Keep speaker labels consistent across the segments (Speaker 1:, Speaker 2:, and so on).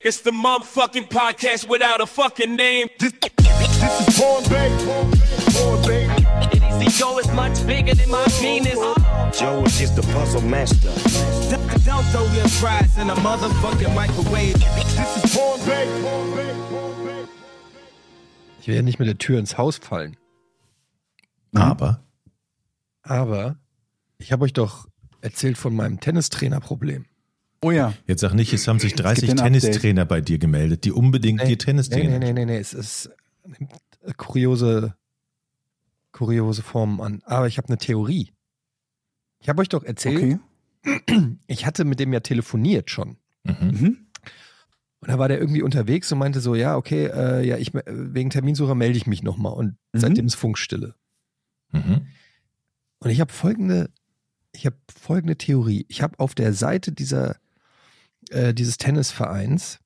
Speaker 1: It's the motherfucking podcast without a fucking name.
Speaker 2: This, this is Born Babe. Born Babe.
Speaker 3: The yo is much bigger than my penis.
Speaker 2: Joe is just the puzzle master.
Speaker 4: Don't, don't throw your fries in a motherfucking microwave.
Speaker 2: This is Born Babe. Born Babe. Born Babe.
Speaker 5: Ich will ja nicht mit der Tür ins Haus fallen. Mhm.
Speaker 6: Aber
Speaker 5: Aber ich habe euch doch erzählt von meinem Tennistrainerproblem.
Speaker 7: Oh ja,
Speaker 6: jetzt sag nicht, es haben sich 30
Speaker 7: ein
Speaker 6: Tennistrainer bei dir gemeldet, die unbedingt dir Tennis
Speaker 5: Nee, nee,
Speaker 6: trainieren.
Speaker 5: nee, nee, nee. Es ist nimmt äh, kuriose, kuriose Formen an. Aber ich habe eine Theorie. Ich habe euch doch erzählt,
Speaker 7: okay.
Speaker 5: ich hatte mit dem ja telefoniert schon.
Speaker 6: Mhm.
Speaker 7: Mhm.
Speaker 5: Und da war der irgendwie unterwegs und meinte so, ja, okay, äh, ja, ich, me- wegen Terminsucher melde ich mich nochmal. Und
Speaker 7: Mhm.
Speaker 5: seitdem ist Funkstille.
Speaker 6: Mhm.
Speaker 5: Und ich habe folgende, ich habe folgende Theorie. Ich habe auf der Seite dieser, äh, dieses Tennisvereins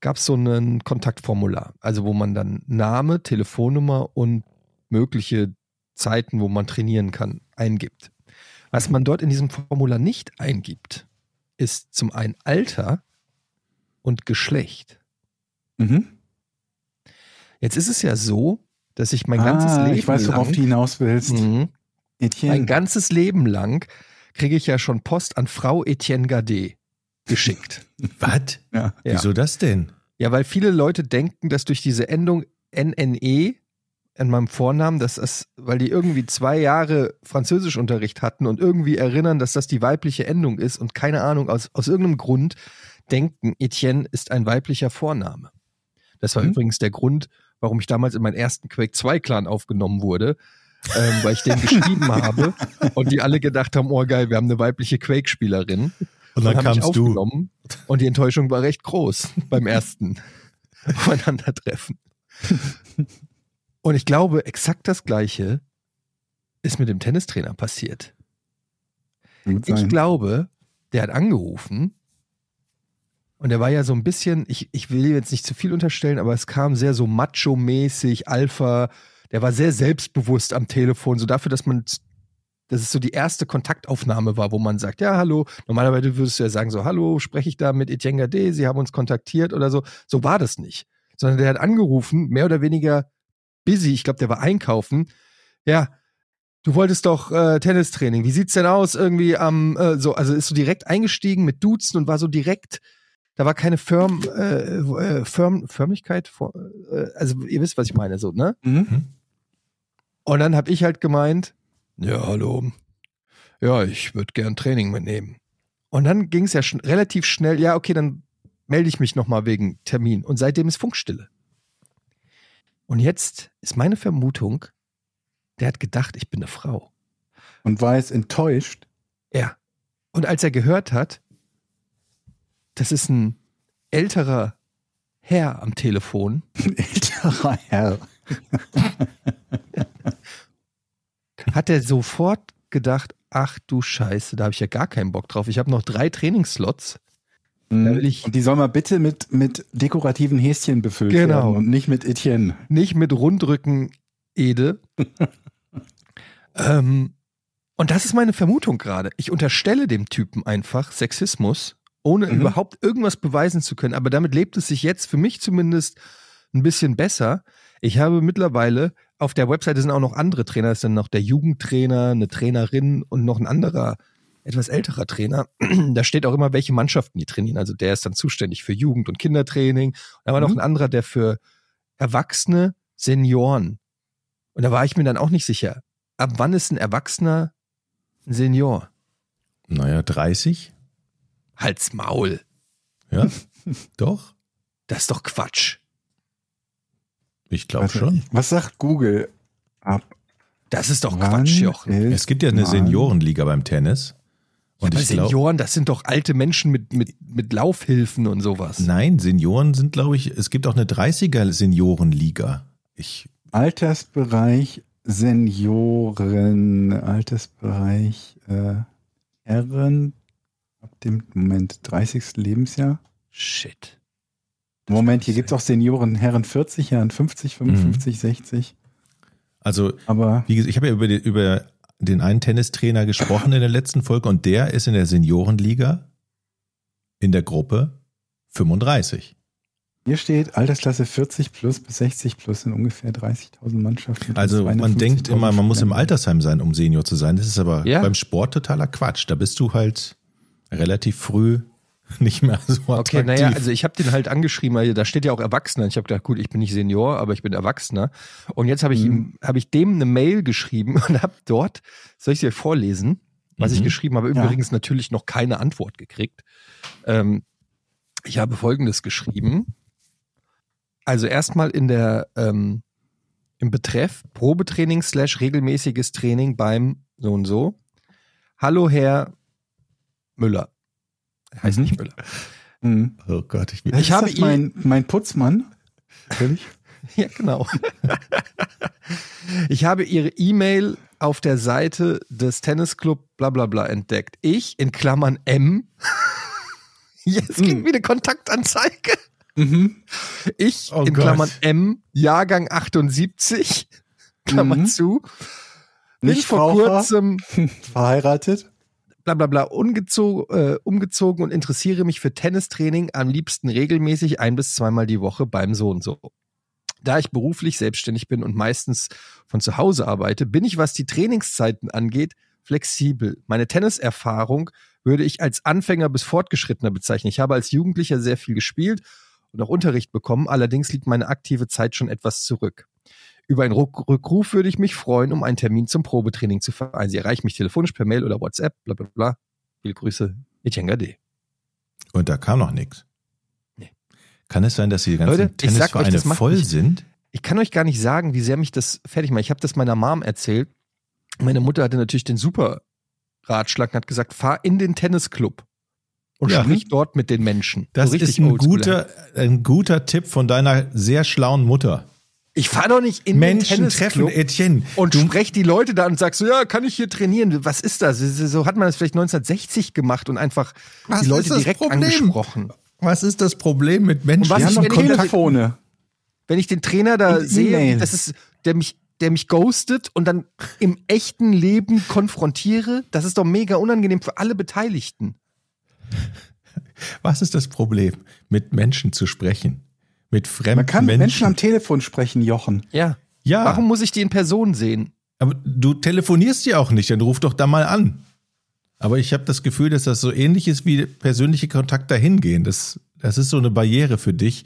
Speaker 5: gab es so ein Kontaktformular, also wo man dann Name, Telefonnummer und mögliche Zeiten, wo man trainieren kann, eingibt. Was man dort in diesem Formular nicht eingibt, ist zum einen Alter und Geschlecht.
Speaker 7: Mhm.
Speaker 5: Jetzt ist es ja so, dass ich mein ganzes
Speaker 7: ah,
Speaker 5: Leben
Speaker 7: ich weiß, worauf
Speaker 5: lang,
Speaker 7: du hinaus willst.
Speaker 5: Mhm. Mein
Speaker 7: Etienne.
Speaker 5: ganzes Leben lang kriege ich ja schon Post an Frau Etienne Gade geschickt.
Speaker 6: Was?
Speaker 7: Ja.
Speaker 5: Ja.
Speaker 6: Wieso das denn?
Speaker 5: ja, weil viele Leute denken, dass durch diese Endung NNE an meinem Vornamen, dass es, weil die irgendwie zwei Jahre Französischunterricht hatten und irgendwie erinnern, dass das die weibliche Endung ist und keine Ahnung, aus, aus irgendeinem Grund denken, Etienne ist ein weiblicher Vorname. Das war
Speaker 7: Mhm.
Speaker 5: übrigens der Grund, warum ich damals in meinen ersten Quake 2 Clan aufgenommen wurde, ähm, weil ich den geschrieben habe und die alle gedacht haben, oh geil, wir haben eine weibliche Quake-Spielerin.
Speaker 6: Und dann
Speaker 5: Dann hab ich
Speaker 6: kamst du.
Speaker 5: aufgenommen Und die Enttäuschung war recht groß beim ersten Aufeinandertreffen. Und ich glaube, exakt das Gleiche ist mit dem Tennistrainer passiert.
Speaker 7: Gut
Speaker 5: Ich
Speaker 7: sein.
Speaker 5: glaube, der hat angerufen und der war ja so ein bisschen, ich, ich will jetzt nicht zu viel unterstellen, aber es kam sehr so macho-mäßig, Alpha, der war sehr selbstbewusst am Telefon, so dafür, dass man, dass es so die erste Kontaktaufnahme war, wo man sagt, ja, hallo, normalerweise würdest du ja sagen, so, hallo, spreche ich da mit Etienne Gade, sie haben uns kontaktiert oder so. So war das nicht. Sondern der hat angerufen, mehr oder weniger busy, ich glaube, der war einkaufen. Ja, Du wolltest doch äh, Tennistraining. Wie sieht's denn aus? Irgendwie am äh, so, also ist so direkt eingestiegen mit Duzen und war so direkt. Da war keine Firm, äh, äh, Firm, Förmlichkeit. Vor, äh, also ihr wisst, was ich meine, so ne?
Speaker 7: Mhm.
Speaker 5: Und dann habe ich halt gemeint, ja hallo, ja ich würde gern Training mitnehmen. Und dann ging es ja schn relativ schnell. Ja okay, dann melde ich mich noch mal wegen Termin. Und seitdem ist Funkstille. Und jetzt ist meine Vermutung, der hat gedacht, ich bin eine Frau.
Speaker 7: Und war jetzt enttäuscht.
Speaker 5: Ja. Und als er gehört hat, das ist ein älterer Herr am Telefon,
Speaker 7: Älterer Herr.
Speaker 5: hat er sofort gedacht, ach du Scheiße, da habe ich ja gar keinen Bock drauf. Ich habe noch drei Trainingsslots. Da will ich-
Speaker 7: Mhm. Und die soll mal bitte mit, mit dekorativen Häschen befüllt
Speaker 5: Genau.
Speaker 7: werden und nicht mit Etienne.
Speaker 5: nicht mit Rundrücken, Ede. ähm, und das ist meine Vermutung gerade. Ich unterstelle dem Typen einfach Sexismus, ohne
Speaker 7: Mhm.
Speaker 5: überhaupt irgendwas beweisen zu können. Aber damit lebt es sich jetzt für mich zumindest ein bisschen besser. Ich habe mittlerweile auf der Webseite sind auch noch andere Trainer. Es ist dann noch der Jugendtrainer, eine Trainerin und noch ein anderer, etwas älterer Trainer. da steht auch immer, welche Mannschaften die trainieren. Also der ist dann zuständig für Jugend- und Kindertraining. Da war noch ein anderer, der für Erwachsene, Senioren. Und da war ich mir dann auch nicht sicher. Ab wann ist ein Erwachsener ein Senior?
Speaker 6: Naja, 30?
Speaker 5: Halt's Maul.
Speaker 6: Ja, doch.
Speaker 5: Das ist doch Quatsch.
Speaker 6: Ich glaube
Speaker 5: Also,
Speaker 7: Warte,
Speaker 6: schon.
Speaker 7: Was sagt Google? Ab
Speaker 5: Das ist doch
Speaker 7: wann
Speaker 5: Quatsch, Jochen.
Speaker 7: ist
Speaker 6: Es gibt ja eine
Speaker 7: man-
Speaker 6: Seniorenliga beim Tennis. Und
Speaker 5: Aber
Speaker 6: ich glaube,
Speaker 5: Senioren, das sind doch alte Menschen mit, mit, mit Laufhilfen und sowas.
Speaker 6: nein, Senioren sind, glaube ich, es gibt auch eine 30er Seniorenliga. Ich,
Speaker 7: Altersbereich Senioren, Altersbereich äh, Herren ab dem Moment 30. Lebensjahr.
Speaker 5: Shit.
Speaker 7: Moment, hier gibt's auch Senioren, Herren 40 Jahren, 50, 55,
Speaker 6: Mhm.
Speaker 7: 60.
Speaker 6: also,
Speaker 7: Aber
Speaker 6: wie gesagt, ich habe ja über, den- über den einen Tennistrainer gesprochen in der letzten Folge und der ist in der Seniorenliga in der Gruppe 35.
Speaker 7: Hier steht, Altersklasse 40 plus bis 60 plus sind ungefähr 30.000 Mannschaften. mit
Speaker 6: Also man
Speaker 7: 52.000
Speaker 6: denkt immer, man muss im
Speaker 7: Spielern.
Speaker 6: Altersheim sein, um Senior zu sein. Das ist aber
Speaker 5: Ja.
Speaker 6: beim Sport totaler Quatsch. Da bist du halt relativ früh nicht mehr so attraktiv.
Speaker 5: Okay, naja, also ich habe den halt angeschrieben, weil da steht ja auch Erwachsener. Ich habe gedacht, gut, ich bin nicht Senior, aber ich bin Erwachsener. Und jetzt habe ich,
Speaker 7: Mhm.
Speaker 5: ihm, hab ich dem eine Mail geschrieben und habe dort, soll ich dir vorlesen, was ich
Speaker 6: Mhm.
Speaker 5: geschrieben habe,
Speaker 7: Ja.
Speaker 5: übrigens natürlich noch keine Antwort gekriegt. Ähm, ich habe folgendes geschrieben. Also erstmal in der ähm, im Betreff Probetraining slash regelmäßiges Training beim so und so. Hallo Herr Müller. Er Heißt
Speaker 7: Mhm.
Speaker 5: nicht Müller.
Speaker 7: Mhm.
Speaker 6: oh Gott, ich bin,
Speaker 5: Ich
Speaker 7: Ich
Speaker 5: habe
Speaker 7: habe
Speaker 5: ihn-
Speaker 7: mein, mein Putzmann. Natürlich.
Speaker 5: Ja, genau. ich habe ihre E-Mail auf der Seite des Tennisclub bla bla bla entdeckt. Ich, in Klammern M. Jetzt klingt wie eine Kontaktanzeige.
Speaker 7: Mhm.
Speaker 5: Ich,
Speaker 6: Oh
Speaker 5: in
Speaker 6: Gott.
Speaker 5: Klammern M, Jahrgang 78, Klammern
Speaker 7: Mhm.
Speaker 5: zu. Bin
Speaker 7: Nicht
Speaker 5: vor
Speaker 7: Raucher,
Speaker 5: kurzem
Speaker 7: Verheiratet.
Speaker 5: bla bla bla ungezo- äh, umgezogen und interessiere mich für Tennistraining am liebsten regelmäßig ein bis zweimal die Woche beim So und so. Da ich beruflich selbstständig bin und meistens von zu Hause arbeite, bin ich, was die Trainingszeiten angeht, flexibel. Meine Tenniserfahrung würde ich als Anfänger bis Fortgeschrittener bezeichnen. Ich habe als Jugendlicher sehr viel gespielt und auch Unterricht bekommen, allerdings liegt meine aktive Zeit schon etwas zurück. Über einen Ruck Rückruf würde ich mich freuen, um einen Termin zum Probetraining zu vereinen. Sie erreichen mich telefonisch per Mail oder WhatsApp, bla bla bla. Viele Grüße, Etienne Gade.
Speaker 6: und da kam noch nichts.
Speaker 5: Nee.
Speaker 6: Kann es sein, dass die ganzen
Speaker 5: Leute, ich sag euch,
Speaker 6: Tennisvereine
Speaker 5: das macht
Speaker 6: voll
Speaker 5: mich-
Speaker 6: sind?
Speaker 5: Ich kann euch gar nicht sagen, wie sehr mich das fertig macht. Ich habe das meiner Mom erzählt. Meine Mutter hatte natürlich den super Ratschlag und hat gesagt, fahr in den Tennisclub und
Speaker 6: Ja.
Speaker 5: Oh, sprich dort mit den Menschen.
Speaker 6: Das
Speaker 5: So richtig
Speaker 6: ist ein
Speaker 5: oldschool.
Speaker 6: guter, ein guter Tipp von deiner sehr schlauen Mutter.
Speaker 5: Ich fahr doch nicht in den
Speaker 6: Menschen treffen,
Speaker 5: Tennisclub.
Speaker 6: Äh, Etienne.
Speaker 5: Und sprech die Leute da und sagst so, ja, kann ich hier trainieren? Was ist das? So hat man das vielleicht 1960 gemacht und einfach
Speaker 6: Was
Speaker 5: die
Speaker 6: ist
Speaker 5: Leute
Speaker 6: das
Speaker 5: direkt
Speaker 6: Problem?
Speaker 5: angesprochen.
Speaker 6: Was ist das Problem mit Menschen?
Speaker 5: Was
Speaker 7: Wir
Speaker 5: ist,
Speaker 7: haben noch
Speaker 5: wenn ich-
Speaker 7: Telefone.
Speaker 5: wenn ich den Trainer da
Speaker 7: Und
Speaker 5: sehe,
Speaker 7: E-Mails.
Speaker 5: das ist, der mich, der mich ghostet und dann im echten Leben konfrontiere, das ist doch mega unangenehm für alle Beteiligten.
Speaker 6: Was ist das Problem, mit Menschen zu sprechen? Mit fremden
Speaker 7: Man kann Menschen.
Speaker 6: Menschen.
Speaker 7: am Telefon sprechen, Jochen.
Speaker 5: Ja.
Speaker 6: ja,
Speaker 5: Warum muss ich die in Person sehen?
Speaker 6: aber du telefonierst ja auch nicht, dann ruf doch da mal an. Aber ich habe das Gefühl, dass das so ähnlich ist wie persönliche Kontakte hingehen. Das, das ist so eine Barriere für dich,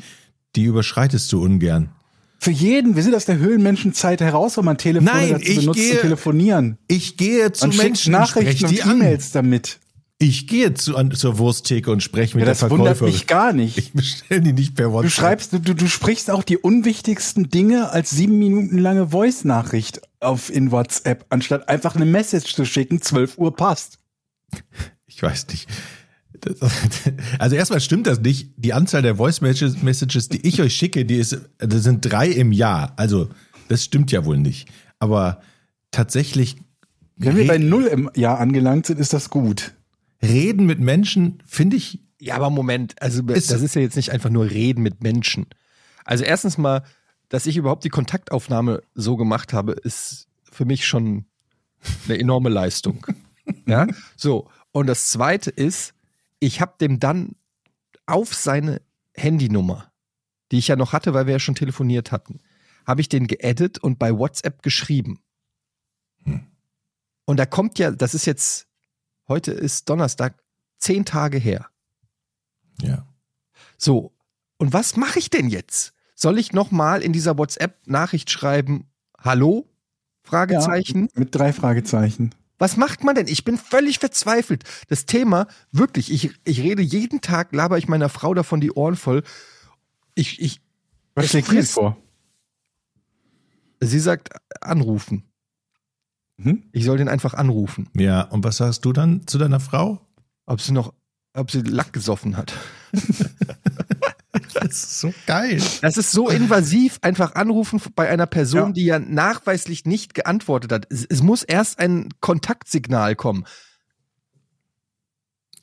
Speaker 6: die überschreitest du ungern.
Speaker 7: Für jeden. Wir sind aus der Höhlenmenschenzeit heraus, wo man Telefone
Speaker 6: Nein,
Speaker 7: dazu
Speaker 6: ich
Speaker 7: benutzt
Speaker 6: gehe-
Speaker 7: zu telefonieren.
Speaker 6: Ich gehe zu
Speaker 7: Man schickt
Speaker 6: Menschen
Speaker 7: Nachrichten
Speaker 6: und
Speaker 7: und
Speaker 6: spreche die an.
Speaker 7: E-Mails damit.
Speaker 6: Ich gehe zu, an, zur Wursttheke und spreche mit
Speaker 7: Ja,
Speaker 6: der
Speaker 7: das wundert
Speaker 6: Verkäuferin.
Speaker 7: mich gar nicht.
Speaker 6: Ich bestelle die nicht per WhatsApp.
Speaker 7: Du schreibst, du, du, du sprichst auch die unwichtigsten Dinge als sieben Minuten lange Voice-Nachricht auf in WhatsApp, anstatt einfach eine Message zu schicken, 12 Uhr passt.
Speaker 6: Ich weiß nicht. Das- Also erstmal stimmt das nicht. Die Anzahl der Voice Messages, Messages, die ich euch schicke, die ist, das sind drei im Jahr. Also das stimmt ja wohl nicht. Aber tatsächlich
Speaker 7: Wenn wir
Speaker 6: re-
Speaker 7: bei null im Jahr angelangt sind, ist das gut.
Speaker 6: reden mit Menschen finde ich.
Speaker 5: Ja, aber Moment, also
Speaker 6: Ist-
Speaker 5: das ist ja jetzt nicht einfach nur reden mit Menschen. Also erstens mal, dass ich überhaupt die Kontaktaufnahme so gemacht habe, ist für mich schon eine enorme Leistung. ja, so. Und das zweite ist, ich habe dem dann auf seine Handynummer, die ich ja noch hatte, weil wir ja schon telefoniert hatten, habe ich den geedit und bei WhatsApp geschrieben. Und da kommt ja, das ist jetzt, heute ist Donnerstag, zehn Tage her.
Speaker 6: Ja.
Speaker 5: So, und was mache ich denn jetzt? Soll ich nochmal in dieser WhatsApp-Nachricht schreiben, hallo? Fragezeichen.
Speaker 7: Mit drei Fragezeichen.
Speaker 5: Was macht man denn? Ich bin völlig verzweifelt. Das Thema, wirklich, ich, ich rede jeden Tag, laber ich meiner Frau davon die Ohren voll. Ich, ich,
Speaker 7: Was
Speaker 5: Es
Speaker 7: schlägt dir
Speaker 5: frisst.
Speaker 7: vor?
Speaker 5: sie sagt, anrufen.
Speaker 7: Mhm.
Speaker 5: Ich soll den einfach anrufen.
Speaker 6: Ja, und was sagst du dann zu deiner Frau?
Speaker 5: Ob sie noch, ob sie Lack gesoffen hat.
Speaker 6: Das ist so geil.
Speaker 5: Das ist so invasiv, einfach anrufen bei einer Person,
Speaker 7: Ja.
Speaker 5: die ja nachweislich nicht geantwortet hat. Es, es muss erst ein Kontaktsignal kommen.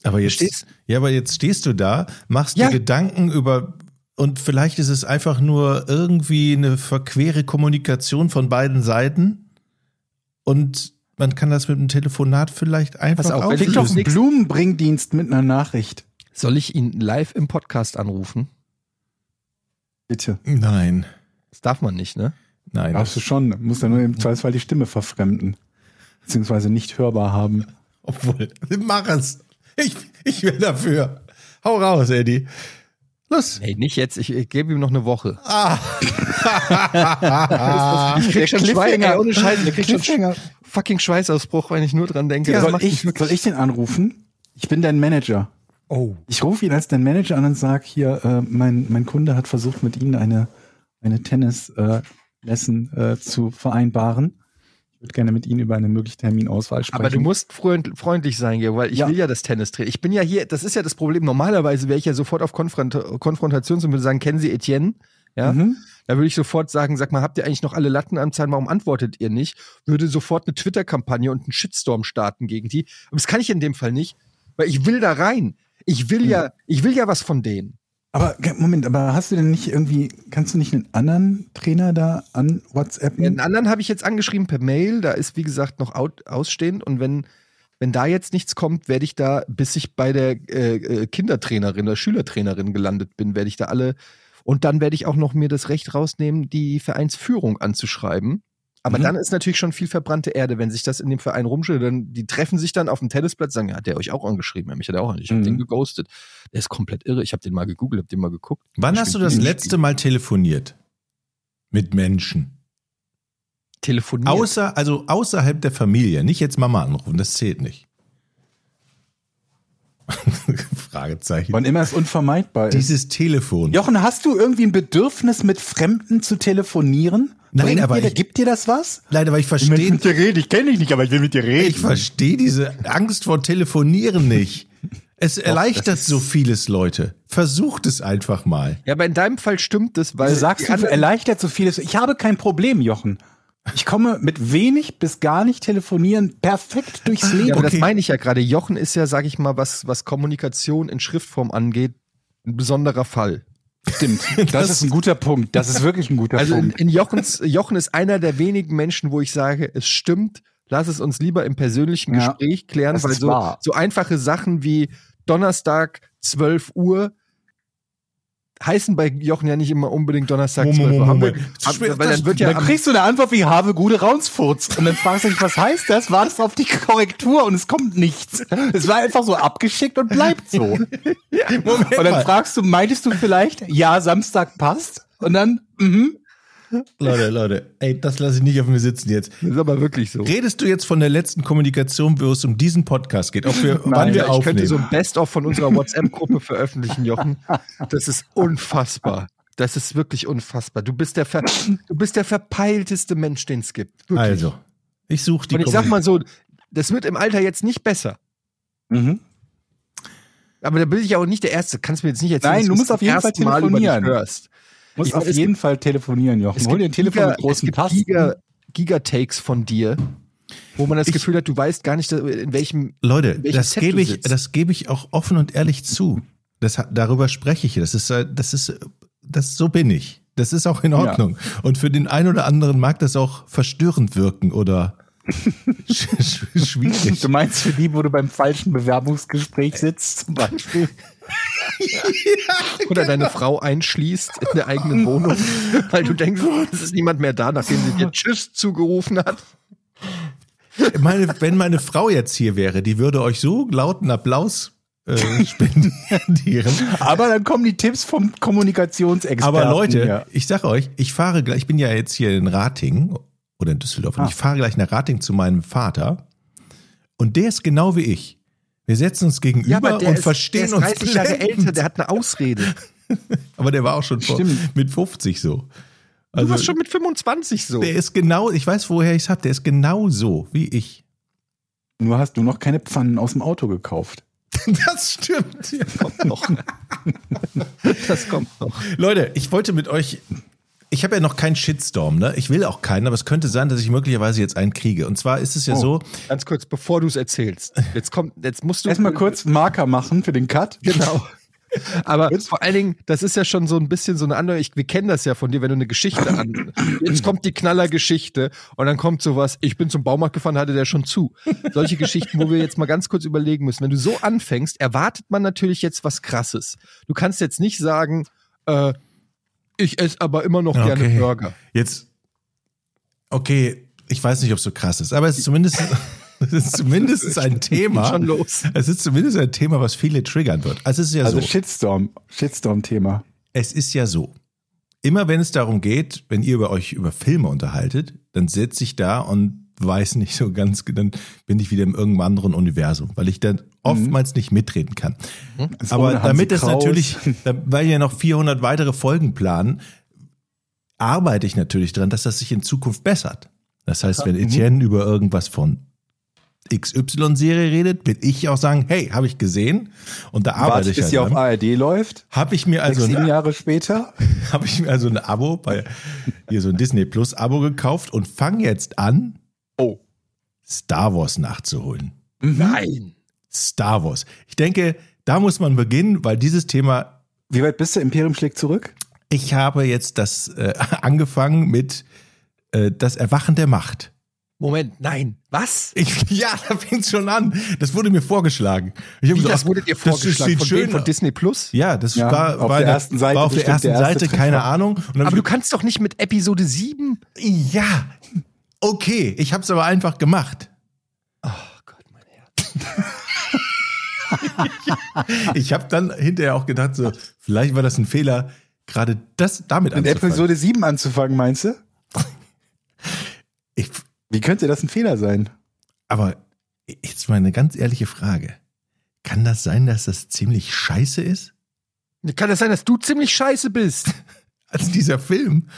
Speaker 6: Aber jetzt,
Speaker 5: Verstehst?
Speaker 6: ja, aber jetzt stehst du da, machst
Speaker 5: Ja.
Speaker 6: dir Gedanken über und vielleicht ist es einfach nur irgendwie eine verquere Kommunikation von beiden Seiten und man kann das mit einem Telefonat vielleicht einfach
Speaker 5: auf, wenn
Speaker 6: auflösen.
Speaker 7: Klingt
Speaker 5: du
Speaker 7: doch ein
Speaker 5: nix-
Speaker 7: Blumenbringdienst mit einer Nachricht.
Speaker 5: Soll ich ihn live im Podcast anrufen?
Speaker 7: Bitte.
Speaker 6: Nein.
Speaker 5: Das darf man nicht, ne?
Speaker 6: Nein.
Speaker 7: Darfst du schon. Muss ja nur im Zweifelsfall die Stimme verfremden. Beziehungsweise nicht hörbar haben.
Speaker 6: Obwohl, mach es. Ich, ich wäre dafür. Hau raus, Eddie. Los.
Speaker 5: Nee, nicht jetzt. Ich, ich gebe ihm noch eine Woche.
Speaker 7: ich krieg
Speaker 5: Ah. schon Schwein- ey, ohne Scheiße, der kriegt schon Fucking Schweißausbruch, wenn ich nur dran denke. Das
Speaker 7: soll,
Speaker 5: macht
Speaker 7: ich,
Speaker 5: mich
Speaker 7: soll
Speaker 5: wirklich-
Speaker 7: ich den anrufen? Ich bin dein Manager.
Speaker 5: Oh.
Speaker 7: Ich rufe ihn als dein Manager an und sage hier, äh, mein, mein Kunde hat versucht, mit Ihnen eine, eine Tennis-Lesson äh, zu vereinbaren. Ich würde gerne mit Ihnen über eine mögliche Terminauswahl sprechen.
Speaker 5: Aber du musst freund, freundlich sein, Georg, weil ich
Speaker 7: Ja.
Speaker 5: will ja das Tennis drehen. Ich bin ja hier, das ist ja das Problem. Normalerweise wäre ich ja sofort auf Konfront Konfrontation und würde sagen, kennen Sie Etienne? Ja.
Speaker 7: Mhm.
Speaker 5: Da würde ich sofort sagen, sag mal, habt ihr eigentlich noch alle Latten am Zahn? Warum antwortet ihr nicht? Würde sofort eine Twitter-Kampagne und einen Shitstorm starten gegen die. Aber das kann ich in dem Fall nicht, weil ich will da rein. Ich will
Speaker 7: Mhm.
Speaker 5: ja, ich will ja was von denen.
Speaker 7: Aber ge- Moment, aber hast du denn nicht irgendwie, kannst du nicht einen anderen Trainer da an WhatsApp
Speaker 5: Den anderen habe ich jetzt angeschrieben per Mail. Da ist, wie gesagt, noch out, ausstehend. Und wenn, wenn da jetzt nichts kommt, werde ich da, bis ich bei der äh, äh, Kindertrainerin oder Schülertrainerin gelandet bin, werde ich da alle. Und dann werde ich auch noch mir das Recht rausnehmen, die Vereinsführung anzuschreiben. Aber
Speaker 6: Mhm.
Speaker 5: dann ist natürlich schon viel verbrannte Erde, wenn sich das in dem Verein rumschüttelt. Dann, die treffen sich dann auf dem Tennisplatz, sagen, ja, hat der euch auch angeschrieben? Ja, mich hat er auch angeschrieben. Ich habe
Speaker 7: Mhm.
Speaker 5: den geghostet. Der ist komplett irre. Ich habe den mal gegoogelt, habe den mal geguckt.
Speaker 6: Wann hast du das letzte Mal telefoniert? Mit Menschen.
Speaker 5: Telefoniert.
Speaker 6: Außer, also außerhalb der Familie. Nicht jetzt Mama anrufen, das zählt nicht. Fragezeichen.
Speaker 7: Wann immer es unvermeidbar ist.
Speaker 6: Dieses Telefon.
Speaker 7: Jochen, hast du irgendwie ein Bedürfnis, mit Fremden zu telefonieren?
Speaker 6: Nein,
Speaker 7: Bringt
Speaker 6: aber
Speaker 7: dir,
Speaker 6: ich-
Speaker 7: gibt dir das was?
Speaker 6: Leider, weil ich
Speaker 7: Ich möchte
Speaker 6: verstehe,
Speaker 7: mit dir reden, ich kenne dich nicht, aber ich will mit dir reden.
Speaker 6: ich verstehe diese Angst vor Telefonieren nicht. Es erleichtert so vieles, Leute. Versucht es einfach mal.
Speaker 5: Ja, aber in deinem Fall stimmt das, weil.
Speaker 7: Du Also sagst,
Speaker 5: Äh, die
Speaker 7: du
Speaker 5: anderen-
Speaker 7: erleichtert so vieles. Ich habe kein Problem, Jochen. Ich komme mit wenig bis gar nicht telefonieren perfekt durchs
Speaker 5: Ja,
Speaker 7: Leben.
Speaker 5: aber das
Speaker 6: Okay.
Speaker 5: meine ich ja gerade. Jochen ist ja, sag ich mal, was, was Kommunikation in Schriftform angeht, ein besonderer Fall.
Speaker 7: stimmt. Das, ist ein guter Punkt. Das ist wirklich ein guter
Speaker 5: Also in,
Speaker 7: Punkt.
Speaker 5: in Jochens, Jochen ist einer der wenigen Menschen, wo ich sage, es stimmt, lass es uns lieber im persönlichen
Speaker 7: Ja,
Speaker 5: Gespräch klären,
Speaker 7: das
Speaker 5: weil
Speaker 7: ist
Speaker 5: so,
Speaker 7: wahr.
Speaker 5: so einfache Sachen wie Donnerstag 12 Uhr heißen bei Jochen ja nicht immer unbedingt Donnerstag 12 Uhr. Haben wir, haben, wir- weil dann wird ja
Speaker 7: Dann
Speaker 5: am,
Speaker 7: kriegst du eine Antwort wie habe gute Raunsfurz. Und dann fragst du dich, was heißt das? Wartest auf die Korrektur und es kommt nichts. Es war einfach so abgeschickt und bleibt so.
Speaker 6: Moment
Speaker 7: Und dann
Speaker 6: mal.
Speaker 7: fragst du, meintest du vielleicht, ja, Samstag passt? Und dann, mhm.
Speaker 6: Leute, Leute, ey, das lasse ich nicht auf mir sitzen jetzt.
Speaker 5: das ist aber wirklich so.
Speaker 6: Redest du jetzt von der letzten Kommunikation, wo es um diesen Podcast geht? Ob wir, wann
Speaker 5: ich
Speaker 6: wir
Speaker 5: könnte
Speaker 6: aufnehmen?
Speaker 5: so ein Best-of von unserer WhatsApp-Gruppe veröffentlichen, Jochen. Das ist unfassbar. Das ist wirklich unfassbar. Du bist der, ver du bist der verpeilteste Mensch, den es gibt. Wirklich.
Speaker 6: also, ich suche die
Speaker 5: Und ich sag mal so, das wird im Alter jetzt nicht besser.
Speaker 7: mhm.
Speaker 5: Aber da bin ich ja auch nicht der Erste. Kannst mir jetzt nicht erzählen,
Speaker 7: Nein,
Speaker 5: dass
Speaker 7: du
Speaker 5: du's
Speaker 7: musst
Speaker 5: zum
Speaker 7: auf jeden Fall
Speaker 5: ersten Mal über dich
Speaker 7: telefonieren.
Speaker 5: hörst.
Speaker 7: Muss
Speaker 5: Ich-
Speaker 7: auf
Speaker 5: es
Speaker 7: jeden Fall telefonieren, Jochen. Hol dir ein Telefon mit
Speaker 5: es
Speaker 7: großen
Speaker 5: gibt
Speaker 7: Tasten.
Speaker 5: Giga, Gigatakes von dir, wo man das
Speaker 6: Ich-
Speaker 5: Gefühl hat, du weißt gar nicht, in welchem
Speaker 6: Leute,
Speaker 5: in welchem
Speaker 6: das
Speaker 5: Set
Speaker 6: gebe
Speaker 5: du
Speaker 6: ich,
Speaker 5: sitzt.
Speaker 6: das gebe ich auch offen und ehrlich zu. Das, ha- darüber spreche ich. hier. Das ist, äh, das ist, äh, das so bin ich. Das ist auch in Ordnung. Und für den einen oder anderen mag das auch verstörend wirken oder sch sch- schwierig.
Speaker 7: Du meinst für die, wo du beim falschen Bewerbungsgespräch sitzt, zum Beispiel?
Speaker 5: Oder deine Frau einschließt in der eigenen Wohnung, weil du denkst, oh, es ist niemand mehr da, nachdem sie dir Tschüss zugerufen hat.
Speaker 6: Meine, wenn meine Frau jetzt hier wäre, die würde euch so lauten Applaus äh, spendieren.
Speaker 7: Aber dann kommen die Tipps vom Kommunikationsexperten.
Speaker 6: Aber Leute,
Speaker 7: hier.
Speaker 6: ich sag euch, ich fahre gleich, ich bin ja jetzt hier in Rating oder in Düsseldorf und
Speaker 7: Ah.
Speaker 6: ich fahre gleich nach Rating zu meinem Vater und der ist genau wie ich. Wir setzen uns gegenüber und
Speaker 5: der
Speaker 6: verstehen
Speaker 5: ist
Speaker 6: uns
Speaker 5: 30 Jahre
Speaker 6: blendend.
Speaker 5: älter, der hat eine Ausrede.
Speaker 6: Aber der war auch schon vor,
Speaker 7: Stimmt.
Speaker 6: mit 50 so.
Speaker 5: Du
Speaker 6: Also
Speaker 5: warst schon mit 25 so.
Speaker 6: der ist genau, ich weiß woher ich es habe, der ist genau so wie ich.
Speaker 7: Nur hast du noch keine Pfannen aus dem Auto gekauft.
Speaker 6: Das stimmt. Ja.
Speaker 5: noch. Das kommt noch.
Speaker 6: Leute, ich wollte mit euch. Ich habe ja noch keinen Shitstorm, ne? Ich will auch keinen, aber es könnte sein, dass ich möglicherweise jetzt einen kriege. Und zwar ist es
Speaker 5: Oh.
Speaker 6: ja so,
Speaker 5: Ganz kurz, bevor du es erzählst. Jetzt kommt, jetzt musst du.
Speaker 7: Erstmal kurz einen Marker machen für den Cut.
Speaker 5: Genau. Aber vor allen Dingen, das ist ja schon so ein bisschen so eine andere, ich, wir kennen das ja von dir, wenn du eine Geschichte an. Jetzt kommt die Knallergeschichte und dann kommt sowas, ich bin zum Baumarkt gefahren, hatte der schon zu. Solche Geschichten, wo wir jetzt mal ganz kurz überlegen müssen. Wenn du so anfängst, erwartet man natürlich jetzt was Krasses. Du kannst jetzt nicht sagen, äh, ich esse aber immer noch gerne
Speaker 6: Okay.
Speaker 5: Burger.
Speaker 6: Jetzt, okay, ich weiß nicht, ob es so krass ist, aber es ist zumindest, es ist zumindest ein Thema.
Speaker 5: schon los.
Speaker 6: Es ist zumindest ein Thema, was viele triggern wird. Also es ist ja
Speaker 7: Also
Speaker 6: so.
Speaker 7: Shitstorm, Shitstorm-Thema.
Speaker 6: Es ist ja so. Immer wenn es darum geht, wenn ihr über euch über Filme unterhaltet, dann sitze ich da und weiß nicht so ganz, genau, dann bin ich wieder im irgendeinem anderen Universum, weil ich dann oftmals nicht mitreden kann.
Speaker 7: Mhm. Das
Speaker 6: Aber
Speaker 7: ohne Hansi
Speaker 6: damit es
Speaker 7: Kraus.
Speaker 6: natürlich, da- weil wir noch 400 weitere Folgen planen, arbeite ich natürlich dran, dass das sich in Zukunft bessert. Das heißt,
Speaker 7: Mhm.
Speaker 6: wenn Etienne über irgendwas von XY-Serie redet, will ich auch sagen, hey, habe ich gesehen und da arbeite
Speaker 7: Wartet,
Speaker 6: ich
Speaker 7: bis
Speaker 6: halt
Speaker 7: sie auf
Speaker 6: dran.
Speaker 7: ARD läuft.
Speaker 6: Habe ich mir also
Speaker 7: sechs, sieben
Speaker 6: ein
Speaker 7: Jahre später.
Speaker 6: habe ich mir also ein Abo bei hier so ein Disney Plus Abo gekauft und fange jetzt an,
Speaker 7: Oh.
Speaker 6: Star Wars nachzuholen.
Speaker 5: Nein.
Speaker 6: Star Wars. Ich denke, da muss man beginnen, weil dieses Thema,
Speaker 7: Wie weit bist du? Imperium schlägt zurück?
Speaker 6: ich habe jetzt das äh, angefangen mit äh, das Erwachen der Macht.
Speaker 5: Moment, nein. Was?
Speaker 6: Ich, ja, da fängt schon an. Das wurde mir vorgeschlagen. Ich habe
Speaker 5: Wie,
Speaker 6: gesagt,
Speaker 5: das
Speaker 6: ach,
Speaker 5: wurde dir
Speaker 6: das sieht
Speaker 5: vorgeschlagen von,
Speaker 6: schön
Speaker 5: wem? von
Speaker 6: aus.
Speaker 5: Disney Plus?
Speaker 6: Ja, das
Speaker 7: Ja,
Speaker 6: war,
Speaker 7: auf
Speaker 6: war,
Speaker 7: der
Speaker 6: in
Speaker 7: ersten Seite
Speaker 6: war auf der
Speaker 7: bestimmt
Speaker 6: ersten
Speaker 7: der erste
Speaker 6: Seite, keine
Speaker 7: Treffer.
Speaker 6: Ahnung. Und dann hab
Speaker 5: Aber
Speaker 6: ich
Speaker 5: du kannst doch nicht mit Episode 7.
Speaker 6: Ja, okay, ich hab's aber einfach gemacht. Oh Gott, mein Herz. ich habe dann hinterher auch gedacht, so, vielleicht war das ein Fehler, gerade das damit
Speaker 7: Mit
Speaker 6: anzufangen.
Speaker 7: Episode 7 anzufangen, meinst du?
Speaker 6: Ich,
Speaker 7: Wie könnte das ein Fehler sein?
Speaker 6: aber jetzt mal eine ganz ehrliche Frage. Kann das sein, dass das ziemlich scheiße ist?
Speaker 5: Kann das sein, dass du ziemlich scheiße bist?
Speaker 6: Als dieser Film?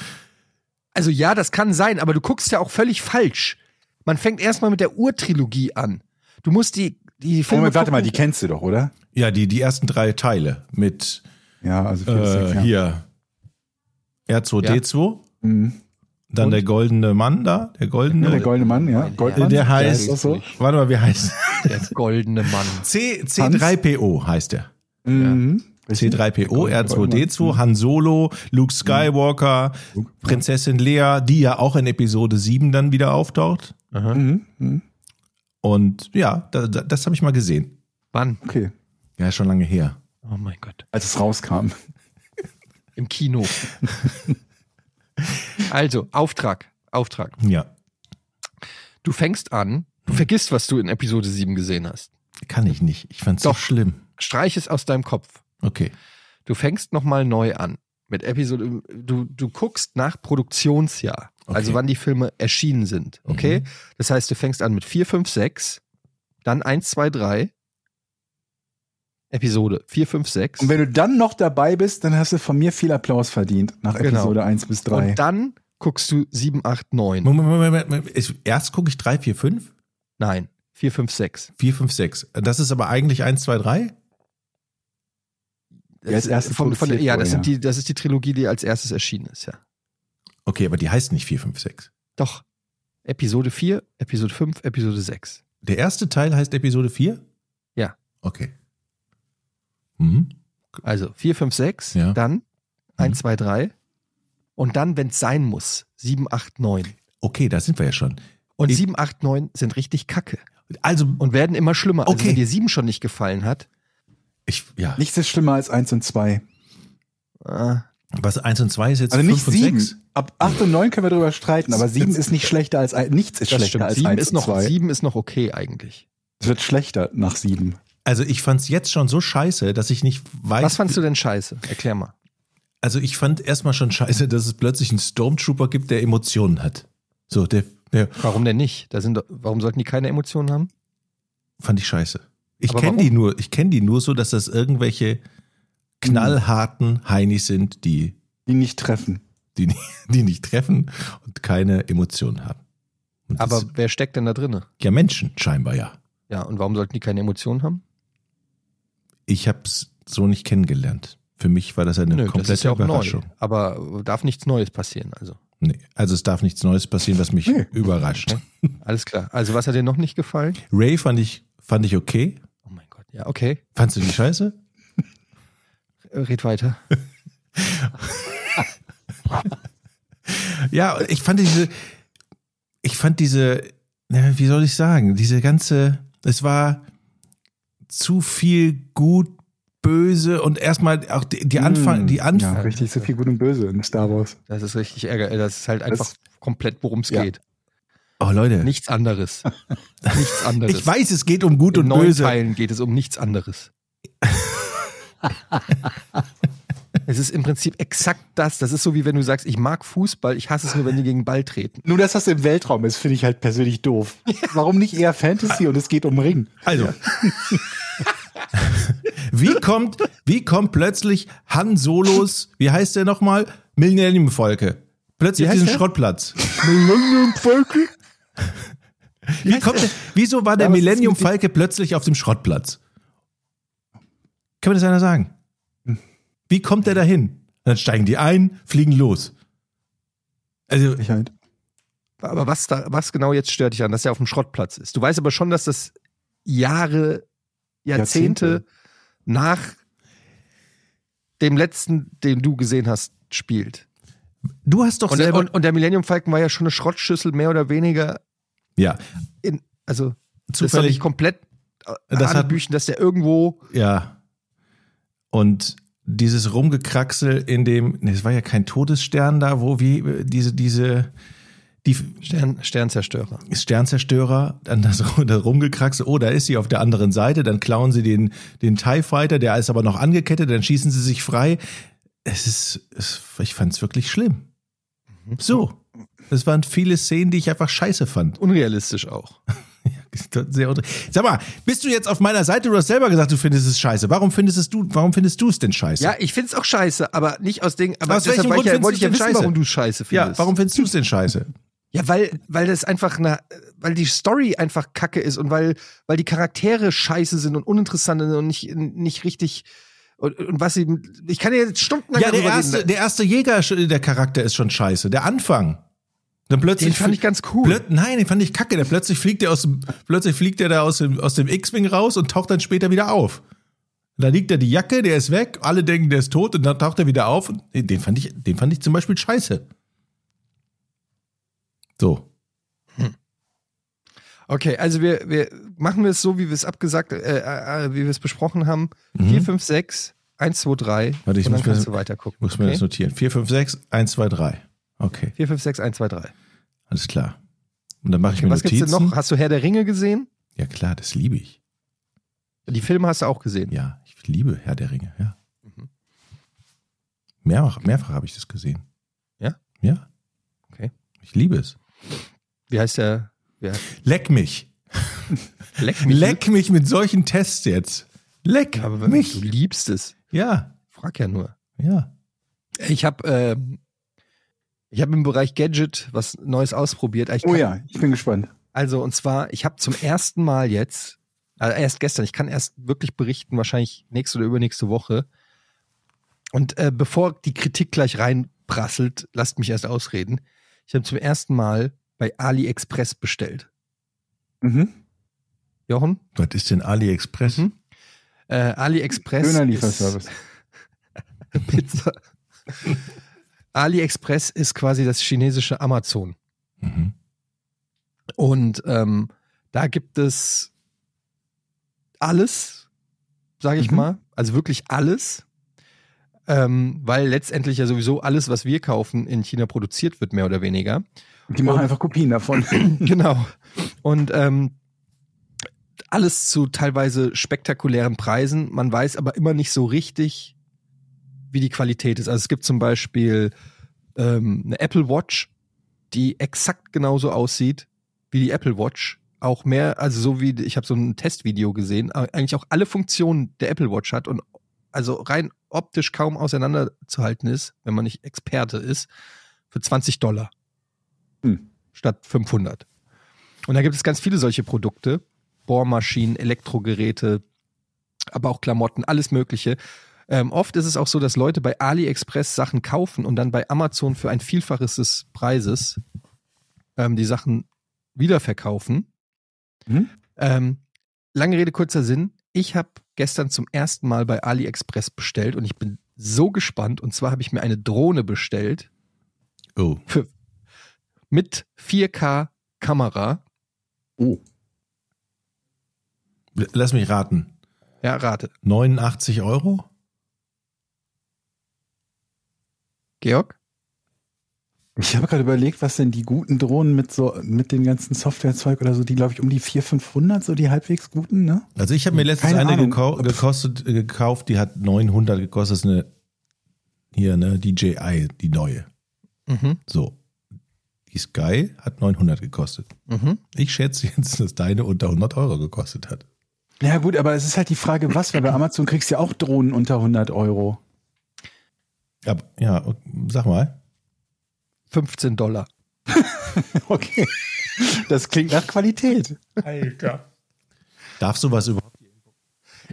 Speaker 5: Also ja, das kann sein, aber du guckst ja auch völlig falsch. Man fängt erstmal mit der Urtrilogie an. Du musst die, die Filme
Speaker 7: Moment, warte mal, die
Speaker 5: gucken.
Speaker 7: kennst du doch, oder?
Speaker 6: Ja, die, die ersten drei Teile mit
Speaker 7: Ja, also vier, bis sechs,
Speaker 6: äh,
Speaker 7: ja.
Speaker 6: hier R2D2,
Speaker 7: Mhm.
Speaker 6: dann
Speaker 5: Und?
Speaker 6: der goldene Mann da, der goldene.
Speaker 7: Ja, Ne, der goldene Mann, ja. Goldmann,
Speaker 6: äh, Der heißt-
Speaker 7: ist doch so.
Speaker 6: Warte mal, wie heißt
Speaker 5: Der goldene Mann.
Speaker 6: C, C3PO heißt er.
Speaker 7: Mhm. Richtig.
Speaker 6: C3PO, R2D2, Han Solo, Luke Skywalker, Prinzessin Leia, die ja auch in Episode 7 dann wieder auftaucht.
Speaker 7: Mhm. Mhm.
Speaker 6: Und ja, da, da, das habe ich mal gesehen.
Speaker 5: Wann?
Speaker 7: Okay,
Speaker 6: Ja, schon lange her.
Speaker 5: Oh mein Gott.
Speaker 7: als es rauskam.
Speaker 5: Im Kino. also, Auftrag. Auftrag.
Speaker 6: Ja,
Speaker 5: Du fängst an, du vergisst, was du in Episode 7 gesehen hast.
Speaker 6: kann ich nicht. Ich fand's so
Speaker 5: Doch.
Speaker 6: schlimm.
Speaker 5: Streich es aus deinem Kopf.
Speaker 6: Okay.
Speaker 5: Du fängst nochmal neu an. Mit Episode, du, du guckst nach Produktionsjahr,
Speaker 6: Okay.
Speaker 5: also wann die Filme erschienen sind. Okay?
Speaker 7: Mhm.
Speaker 5: Das heißt, du fängst an mit 4, 5, 6, dann 1, 2, 3, Episode 4, 5, 6.
Speaker 7: Und wenn du dann noch dabei bist, dann hast du von mir viel Applaus verdient nach
Speaker 5: Genau.
Speaker 7: Episode 1 bis 3.
Speaker 5: Und dann guckst du 7, 8, 9.
Speaker 6: Moment, Moment, Moment, Moment. Ist- Erst gucke ich 3, 4, 5,
Speaker 5: Nein, 4, 5, 6.
Speaker 6: 4, 5, 6. Das ist aber eigentlich 1, 2, 3?
Speaker 7: Ja, als erstes
Speaker 5: äh, von, von, der-
Speaker 7: produziert
Speaker 5: ja,
Speaker 7: wurde,
Speaker 5: das, sind
Speaker 7: ja.
Speaker 5: die, das ist die Trilogie, die als erstes erschienen ist, ja.
Speaker 6: Okay, aber die heißt nicht 4, 5, 6.
Speaker 5: Doch. Episode 4, Episode 5, Episode 6.
Speaker 6: Der erste Teil heißt Episode 4?
Speaker 5: Ja.
Speaker 6: Okay. Mhm.
Speaker 5: Also 4, 5, 6,
Speaker 6: Ja.
Speaker 5: dann 1,
Speaker 6: Mhm.
Speaker 5: 2, 3 und dann, wenn es sein muss, 7, 8, 9.
Speaker 6: Okay, da sind wir ja schon.
Speaker 5: Und
Speaker 6: Ich-
Speaker 5: 7, 8, 9 sind richtig kacke
Speaker 6: Also,
Speaker 5: und werden immer schlimmer. Also
Speaker 6: Okay.
Speaker 5: wenn dir 7 schon nicht gefallen hat,
Speaker 6: ich, ja.
Speaker 7: Nichts ist schlimmer als 1 und 2.
Speaker 5: äh,
Speaker 6: Was 1 und 2 ist jetzt
Speaker 7: Also
Speaker 6: 5
Speaker 7: nicht
Speaker 6: und
Speaker 7: 7.
Speaker 6: 6?
Speaker 7: Ab 8 und 9 können wir darüber streiten, aber 7 ist nicht schlechter als ein- nichts ist
Speaker 5: das
Speaker 7: schlechter
Speaker 5: stimmt.
Speaker 7: als
Speaker 5: 7
Speaker 7: 1
Speaker 5: ist,
Speaker 7: und
Speaker 5: noch,
Speaker 7: 2.
Speaker 5: 7 ist noch okay eigentlich.
Speaker 7: Es wird schlechter nach 7.
Speaker 6: Also ich fand es jetzt schon so scheiße, dass ich nicht weiß.
Speaker 5: Was fandst du denn scheiße? Erklär mal.
Speaker 6: Also ich fand erstmal schon scheiße, dass es plötzlich einen Stormtrooper gibt, der Emotionen hat. So, der, der
Speaker 5: Warum denn nicht? Da sind, doch- warum sollten die keine Emotionen haben?
Speaker 6: fand ich scheiße. Ich
Speaker 5: Aber
Speaker 6: kenne
Speaker 5: warum?
Speaker 6: die nur, ich kenne die nur so, dass das irgendwelche knallharten Heinis sind, die,
Speaker 7: Die nicht treffen.
Speaker 6: die, ni- die nicht treffen und keine Emotionen haben. Und das
Speaker 5: Aber
Speaker 6: sind
Speaker 5: wer steckt denn da drinne?
Speaker 6: ja Menschen scheinbar ja.
Speaker 5: Ja, und warum sollten die keine Emotionen haben?
Speaker 6: Ich habe es so nicht kennengelernt. Für mich war das eine komplette Überraschung.
Speaker 5: neu. Aber darf nichts Neues passieren. Also,
Speaker 6: Nee, also es darf nichts Neues passieren, was mich überrascht.
Speaker 5: alles klar. Also, was hat dir noch nicht gefallen?
Speaker 6: Ray fand ich, fand ich okay.
Speaker 5: Oh mein Gott, ja, okay.
Speaker 6: Fandst du die scheiße?
Speaker 5: Red weiter.
Speaker 6: Ja, ich fand diese, ich fand diese, na, wie soll ich sagen, diese ganze, es war zu viel gut, böse und erstmal auch die, die Anfang, die Anfang.
Speaker 5: Mm, Ja.
Speaker 7: Hm. Richtig, so viel Gut und Böse in Star Wars.
Speaker 5: Das ist richtig ärgerlich. Das ist halt einfach komplett, worum es
Speaker 7: Ja.
Speaker 5: geht.
Speaker 6: Oh Leute,
Speaker 5: Nichts anderes. Nichts anderes.
Speaker 6: ich weiß, es geht um gut
Speaker 5: In
Speaker 6: und
Speaker 5: neun
Speaker 6: böse.
Speaker 5: Teilen geht es um nichts anderes. es ist im Prinzip exakt das. Das ist so wie wenn du sagst, ich mag Fußball, ich hasse es nur, wenn die gegen den Ball treten.
Speaker 7: Nur, dass das im Weltraum ist, finde ich halt persönlich doof. Warum nicht eher Fantasy und es geht um Ring?
Speaker 6: Also. wie kommt, wie kommt plötzlich Han Solos, wie heißt der nochmal? Millennium Volke. Plötzlich
Speaker 5: Wie
Speaker 6: auf
Speaker 5: heißt
Speaker 6: diesen
Speaker 5: der?
Speaker 6: Schrottplatz. Wie kommt der, wieso war der
Speaker 5: Ja, was ist
Speaker 6: Millennium
Speaker 5: mit dem-
Speaker 6: Falke plötzlich auf dem Schrottplatz? Kann mir das einer sagen?
Speaker 5: Hm.
Speaker 6: Wie kommt der dahin? Dann steigen die ein, fliegen los. Also,
Speaker 7: Ich halt.
Speaker 5: Aber was, da, was genau jetzt stört dich an, dass er auf dem Schrottplatz ist? Du weißt aber schon, dass das Jahre, Jahrzehnte,
Speaker 7: Jahrzehnte.
Speaker 5: nach dem letzten, den du gesehen hast, spielt.
Speaker 6: du hast doch
Speaker 5: Und, der-
Speaker 6: selber.
Speaker 5: und, und der Millennium Falcon war ja schon eine Schrottschüssel, mehr oder weniger.
Speaker 6: ja,
Speaker 5: In, also, das ist doch
Speaker 6: zufällig.
Speaker 5: nicht komplett
Speaker 6: Das hat-
Speaker 5: das Büchen, dass der irgendwo
Speaker 6: Ja. Und dieses Rumgekraxel in dem, nee, es war ja kein Todesstern da, wo wie äh, diese, diese, die
Speaker 5: Stern, Sternzerstörer.
Speaker 6: Sternzerstörer, dann das, das Rumgekraxel, oh, da ist sie auf der anderen Seite, dann klauen sie den, den TIE Fighter, der ist aber noch angekettet, dann schießen sie sich frei. Es ist, es, ich fand es wirklich schlimm. So. Es waren viele Szenen, die ich einfach scheiße fand.
Speaker 5: Unrealistisch auch.
Speaker 6: Sehr unter- Sag mal, bist du jetzt auf meiner Seite? Du hast selber gesagt, du findest es scheiße. Warum findest es du, warum findest du es denn scheiße?
Speaker 5: Ja, ich find's auch scheiße, aber nicht aus Dingen. Aber
Speaker 6: Aus welchem
Speaker 5: deshalb war ich
Speaker 6: Grund
Speaker 5: ja,
Speaker 6: findest
Speaker 5: wollte ich ja
Speaker 6: du's
Speaker 5: wissen,
Speaker 6: denn
Speaker 5: warum
Speaker 6: scheiße?
Speaker 5: du scheiße
Speaker 6: Ja,
Speaker 5: findest.
Speaker 6: warum findest du es denn scheiße?
Speaker 5: Ja, weil, weil das einfach eine, weil die Story einfach kacke ist und weil, weil die Charaktere scheiße sind und uninteressant sind und nicht, nicht richtig. Und, und was sie. Ich kann ja jetzt stundenlang
Speaker 6: Ja, der
Speaker 5: darüber
Speaker 6: erste,
Speaker 5: reden.
Speaker 6: der erste Jäger, der Charakter ist schon scheiße. Der Anfang. Dann plötzlich
Speaker 5: Den fand ich ganz cool.
Speaker 6: Plöt Nein, den fand ich kacke. Der plötzlich fliegt der aus dem, plötzlich fliegt der da aus dem, aus dem X-Wing raus und taucht dann später wieder auf. Da liegt da die Jacke, der ist weg, alle denken, der ist tot und dann taucht er wieder auf. Und den fand ich, den fand ich zum Beispiel scheiße. So.
Speaker 5: Okay, also wir, wir machen wir es so, wie wir es abgesagt, äh, äh, wie wir es besprochen haben. 4, 5, 6, 1, 2, 3.
Speaker 6: Mhm. Warte, ich
Speaker 5: und dann
Speaker 6: muss mir-
Speaker 5: kannst du weitergucken.
Speaker 6: Ich muss mir
Speaker 5: okay?
Speaker 6: das notieren. 4, 5, 6, 1, 2, 3. Okay,
Speaker 5: 4, 5, 6, 1, 2, 3.
Speaker 6: alles klar. Und dann mache ich mir
Speaker 5: Was gibt's
Speaker 6: Notizen.
Speaker 5: denn noch? Hast du Herr der Ringe gesehen?
Speaker 6: Ja klar, das liebe ich.
Speaker 5: Die Filme hast du auch gesehen.
Speaker 6: Ja, ich liebe Herr der Ringe, ja.
Speaker 5: Mhm.
Speaker 6: Mehrfach, mehrfach habe ich das gesehen.
Speaker 5: Ja?
Speaker 6: Ja.
Speaker 5: Okay.
Speaker 6: Ich liebe es.
Speaker 5: Wie heißt der? Wer?
Speaker 6: Leck mich.
Speaker 5: Leck
Speaker 6: Leck mich mit solchen Tests jetzt. Leck
Speaker 5: Aber wenn du
Speaker 6: mich.
Speaker 5: liebst es.
Speaker 6: Ja,
Speaker 5: Frag ja nur.
Speaker 6: ja.
Speaker 5: Ich habe ähm, ich habe im Bereich Gadget was Neues ausprobiert. Ich
Speaker 7: Oh
Speaker 5: kann-
Speaker 7: ja, ich bin gespannt.
Speaker 5: Also und zwar, ich habe zum ersten Mal jetzt, also erst gestern, ich kann erst wirklich berichten, wahrscheinlich nächste oder übernächste Woche. Und äh, bevor die Kritik gleich reinprasselt, lasst mich erst ausreden. Ich habe zum ersten Mal bei AliExpress bestellt.
Speaker 7: Mhm.
Speaker 5: Jochen?
Speaker 6: Was ist denn AliExpress?
Speaker 5: Mhm. Äh, AliExpress.
Speaker 7: Schöner
Speaker 5: ist-
Speaker 7: Lieferservice.
Speaker 5: Pizza. AliExpress ist quasi das chinesische Amazon.
Speaker 6: Mhm.
Speaker 5: Und ähm, da gibt es alles, sage ich
Speaker 7: Mhm.
Speaker 5: mal. Also wirklich alles. Ähm, weil letztendlich ja sowieso alles, was wir kaufen, in China produziert wird, mehr oder weniger.
Speaker 7: Die machen einfach Kopien davon.
Speaker 5: genau. Und ähm, alles zu teilweise spektakulären Preisen. Man weiß aber immer nicht so richtig, wie die Qualität ist. Also es gibt zum Beispiel ähm, eine Apple Watch, die exakt genauso aussieht wie die Apple Watch. Auch mehr, also so wie, ich habe so ein Testvideo gesehen, a- eigentlich auch alle Funktionen der Apple Watch hat und also rein optisch kaum auseinanderzuhalten ist, wenn man nicht Experte ist, für 20 Dollar
Speaker 7: Hm.
Speaker 5: statt 500. Und da gibt es ganz viele solche Produkte, Bohrmaschinen, Elektrogeräte, aber auch Klamotten, alles Mögliche. Ähm, oft ist es auch so, dass Leute bei AliExpress Sachen kaufen und dann bei Amazon für ein Vielfaches des Preises ähm, die Sachen wiederverkaufen.
Speaker 7: Mhm.
Speaker 5: Ähm, lange Rede, kurzer Sinn. Ich habe gestern zum ersten Mal bei AliExpress bestellt und ich bin so gespannt. Und zwar habe ich mir eine Drohne bestellt
Speaker 6: Oh.
Speaker 5: für, mit 4K-Kamera.
Speaker 7: Oh.
Speaker 6: L- Lass mich raten.
Speaker 5: Ja, rate.
Speaker 6: 89 Euro?
Speaker 5: Georg?
Speaker 7: Ich habe gerade überlegt, was denn die guten Drohnen mit so mit dem ganzen Softwarezeug oder so, die glaube ich um die 400, 500, so die halbwegs guten, ne?
Speaker 6: Also ich habe mir letztens
Speaker 7: Keine
Speaker 6: eine
Speaker 7: Ahnung.
Speaker 6: gekau gekostet, äh, gekauft, die hat 900 gekostet. Das ist eine, hier, ne, DJI, die neue.
Speaker 5: Mhm.
Speaker 6: So. Die Sky hat 900 gekostet.
Speaker 5: Mhm.
Speaker 6: Ich schätze jetzt, dass deine unter 100 Euro gekostet hat.
Speaker 7: Ja gut, aber es ist halt die Frage, was, weil bei Amazon kriegst du ja auch Drohnen unter 100 Euro.
Speaker 6: Aber, ja, sag mal.
Speaker 5: 15 Dollar.
Speaker 7: Okay. Das klingt nach Qualität.
Speaker 6: Darf sowas überhaupt?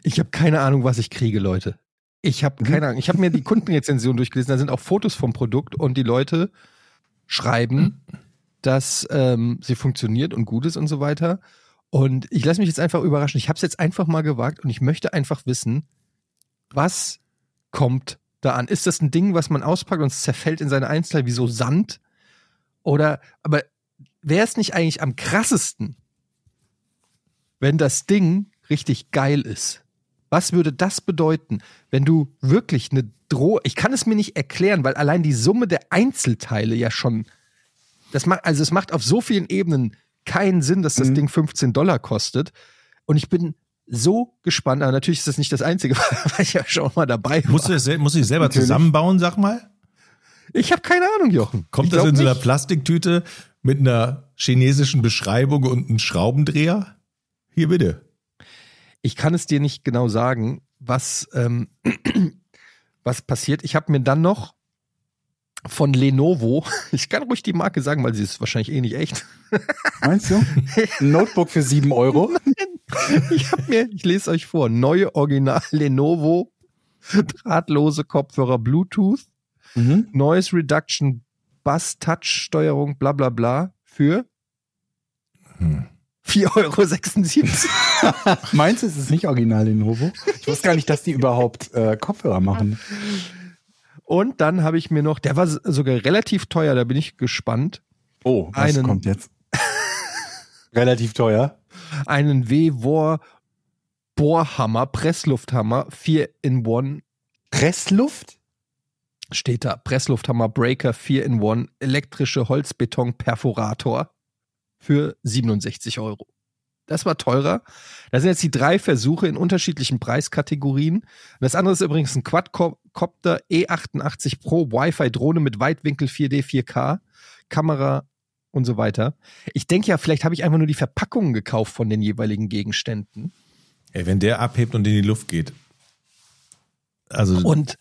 Speaker 5: Ich habe keine Ahnung, was ich kriege, Leute. Ich habe keine Ahnung. Ich habe mir die Kundenrezension durchgelesen. Da sind auch Fotos vom Produkt und die Leute schreiben, dass ähm, sie funktioniert und gut ist und so weiter. Und ich lasse mich jetzt einfach überraschen. Ich habe es jetzt einfach mal gewagt und ich möchte einfach wissen, was kommt da an? Ist das ein Ding, was man auspackt und es zerfällt in seine Einzelteile wie so Sand? Oder, aber wäre es nicht eigentlich am krassesten, wenn das Ding richtig geil ist? Was würde das bedeuten, wenn du wirklich eine Droh... Ich kann es mir nicht erklären, weil allein die Summe der Einzelteile ja schon... Das macht, also es macht auf so vielen Ebenen keinen Sinn, dass das
Speaker 7: Mhm.
Speaker 5: Ding 15 Dollar kostet. Und ich bin so gespannt. Aber natürlich ist das nicht das Einzige, weil ich ja schon mal dabei war.
Speaker 6: Musst du, das, sel- musst du dich selber
Speaker 7: Natürlich.
Speaker 6: zusammenbauen, sag mal?
Speaker 5: Ich habe keine Ahnung, Jochen.
Speaker 6: Kommt
Speaker 5: ich
Speaker 6: das
Speaker 5: glaub
Speaker 6: in so einer
Speaker 5: nicht.
Speaker 6: Plastiktüte mit einer chinesischen Beschreibung und einem Schraubendreher? Hier bitte.
Speaker 5: Ich kann es dir nicht genau sagen, was, ähm, was passiert. Ich habe mir dann noch von Lenovo, ich kann ruhig die Marke sagen, weil sie ist wahrscheinlich eh nicht echt.
Speaker 7: Meinst du? Ein Notebook für 7 Euro?
Speaker 5: Ich habe mir, ich lese euch vor, neue Original Lenovo drahtlose Kopfhörer Bluetooth,
Speaker 7: Mhm.
Speaker 5: Noise Reduction, Bass Touch Steuerung, bla bla bla für
Speaker 6: Hm.
Speaker 5: 4,76 Euro.
Speaker 7: Meinst du, es ist nicht original Lenovo? Ich wusste gar nicht, dass die überhaupt äh, Kopfhörer machen.
Speaker 5: Und dann habe ich mir noch, der war s- sogar relativ teuer, da bin ich gespannt,
Speaker 7: Oh, was
Speaker 5: Einen-
Speaker 7: kommt jetzt? Relativ teuer.
Speaker 5: einen WWOR Bohrhammer, Presslufthammer, 4 in 1
Speaker 7: Pressluft?
Speaker 5: steht da, Presslufthammer Breaker 4 in 1, elektrische Holzbeton-Perforator für 67 Euro. Das war teurer. Da sind jetzt die drei Versuche in unterschiedlichen Preiskategorien. Und das andere ist übrigens ein Quadcopter E88 Pro Wi-Fi-Drohne mit Weitwinkel 4D, 4K, Kamera und so weiter. Ich denke ja, vielleicht habe ich einfach nur die Verpackungen gekauft von den jeweiligen Gegenständen.
Speaker 6: Ey, wenn der abhebt und in die Luft geht. Also,
Speaker 5: Und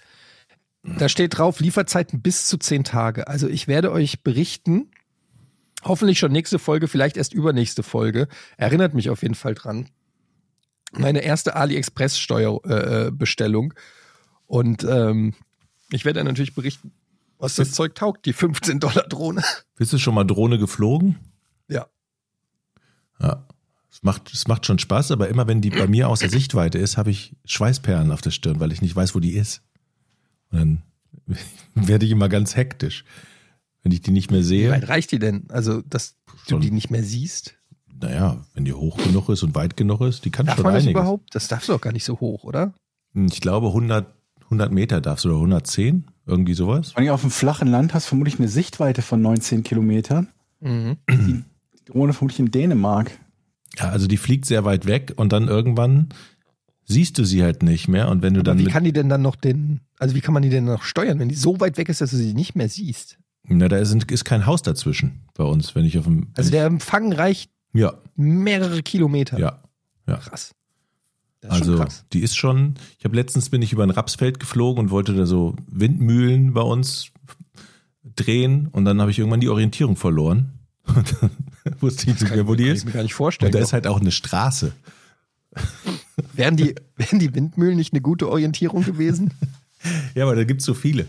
Speaker 5: da steht drauf, Lieferzeiten bis zu zehn Tage. Also ich werde euch berichten, hoffentlich schon nächste Folge, vielleicht erst übernächste Folge. Erinnert mich auf jeden Fall dran. Meine erste AliExpress-Bestellung. Und ähm, ich werde dann natürlich berichten, was das Zeug taugt, die 15-Dollar-Drohne.
Speaker 6: bist du schon mal Drohne geflogen?
Speaker 5: Ja.
Speaker 6: Ja. Es macht, es macht schon Spaß, aber immer wenn die bei mir außer Sichtweite ist, habe ich Schweißperlen auf der Stirn, weil ich nicht weiß, wo die ist. Und dann werde ich immer ganz hektisch, wenn ich die nicht mehr
Speaker 5: Wie
Speaker 6: sehe.
Speaker 5: weit reicht die denn? Also, dass du
Speaker 6: Schon.
Speaker 5: die nicht mehr siehst?
Speaker 6: Naja, wenn die hoch genug ist und weit genug ist, die kann
Speaker 5: Darf
Speaker 6: schon
Speaker 5: man das
Speaker 6: einiges. Hm,
Speaker 5: überhaupt? Das darfst du doch gar nicht so hoch, oder?
Speaker 6: Ich glaube 100, 100 Meter darfst du oder 110, irgendwie sowas.
Speaker 7: Vor allem auf dem flachen Land hast du vermutlich eine Sichtweite von 19 Kilometern.
Speaker 5: Mhm.
Speaker 7: Die Drohne vermutlich in Dänemark.
Speaker 6: Ja, also die fliegt sehr weit weg und dann irgendwann siehst du sie halt nicht mehr und wenn du
Speaker 5: Aber
Speaker 6: dann
Speaker 5: wie
Speaker 6: mit,
Speaker 5: kann die denn dann noch den, also wie kann man die denn noch steuern, wenn die so weit weg ist, dass du sie nicht mehr siehst?
Speaker 6: na da sind, ist kein Haus dazwischen bei uns, wenn ich auf dem
Speaker 5: Also der Empfang reicht
Speaker 6: ja
Speaker 5: mehrere Kilometer.
Speaker 6: ja
Speaker 5: Krass. Das ist
Speaker 6: also
Speaker 5: schon krass.
Speaker 6: die ist schon ich habe letztens bin ich über ein Rapsfeld geflogen und wollte da so Windmühlen bei uns drehen und dann habe ich irgendwann die Orientierung verloren und dann wusste ich nicht mehr wo die
Speaker 5: Kann
Speaker 6: ist
Speaker 5: ich mir gar nicht vorstellen.
Speaker 6: und da ist halt auch eine Straße
Speaker 5: wären, die, wären die Windmühlen nicht eine gute Orientierung gewesen?
Speaker 6: Ja, aber da gibt's so viele.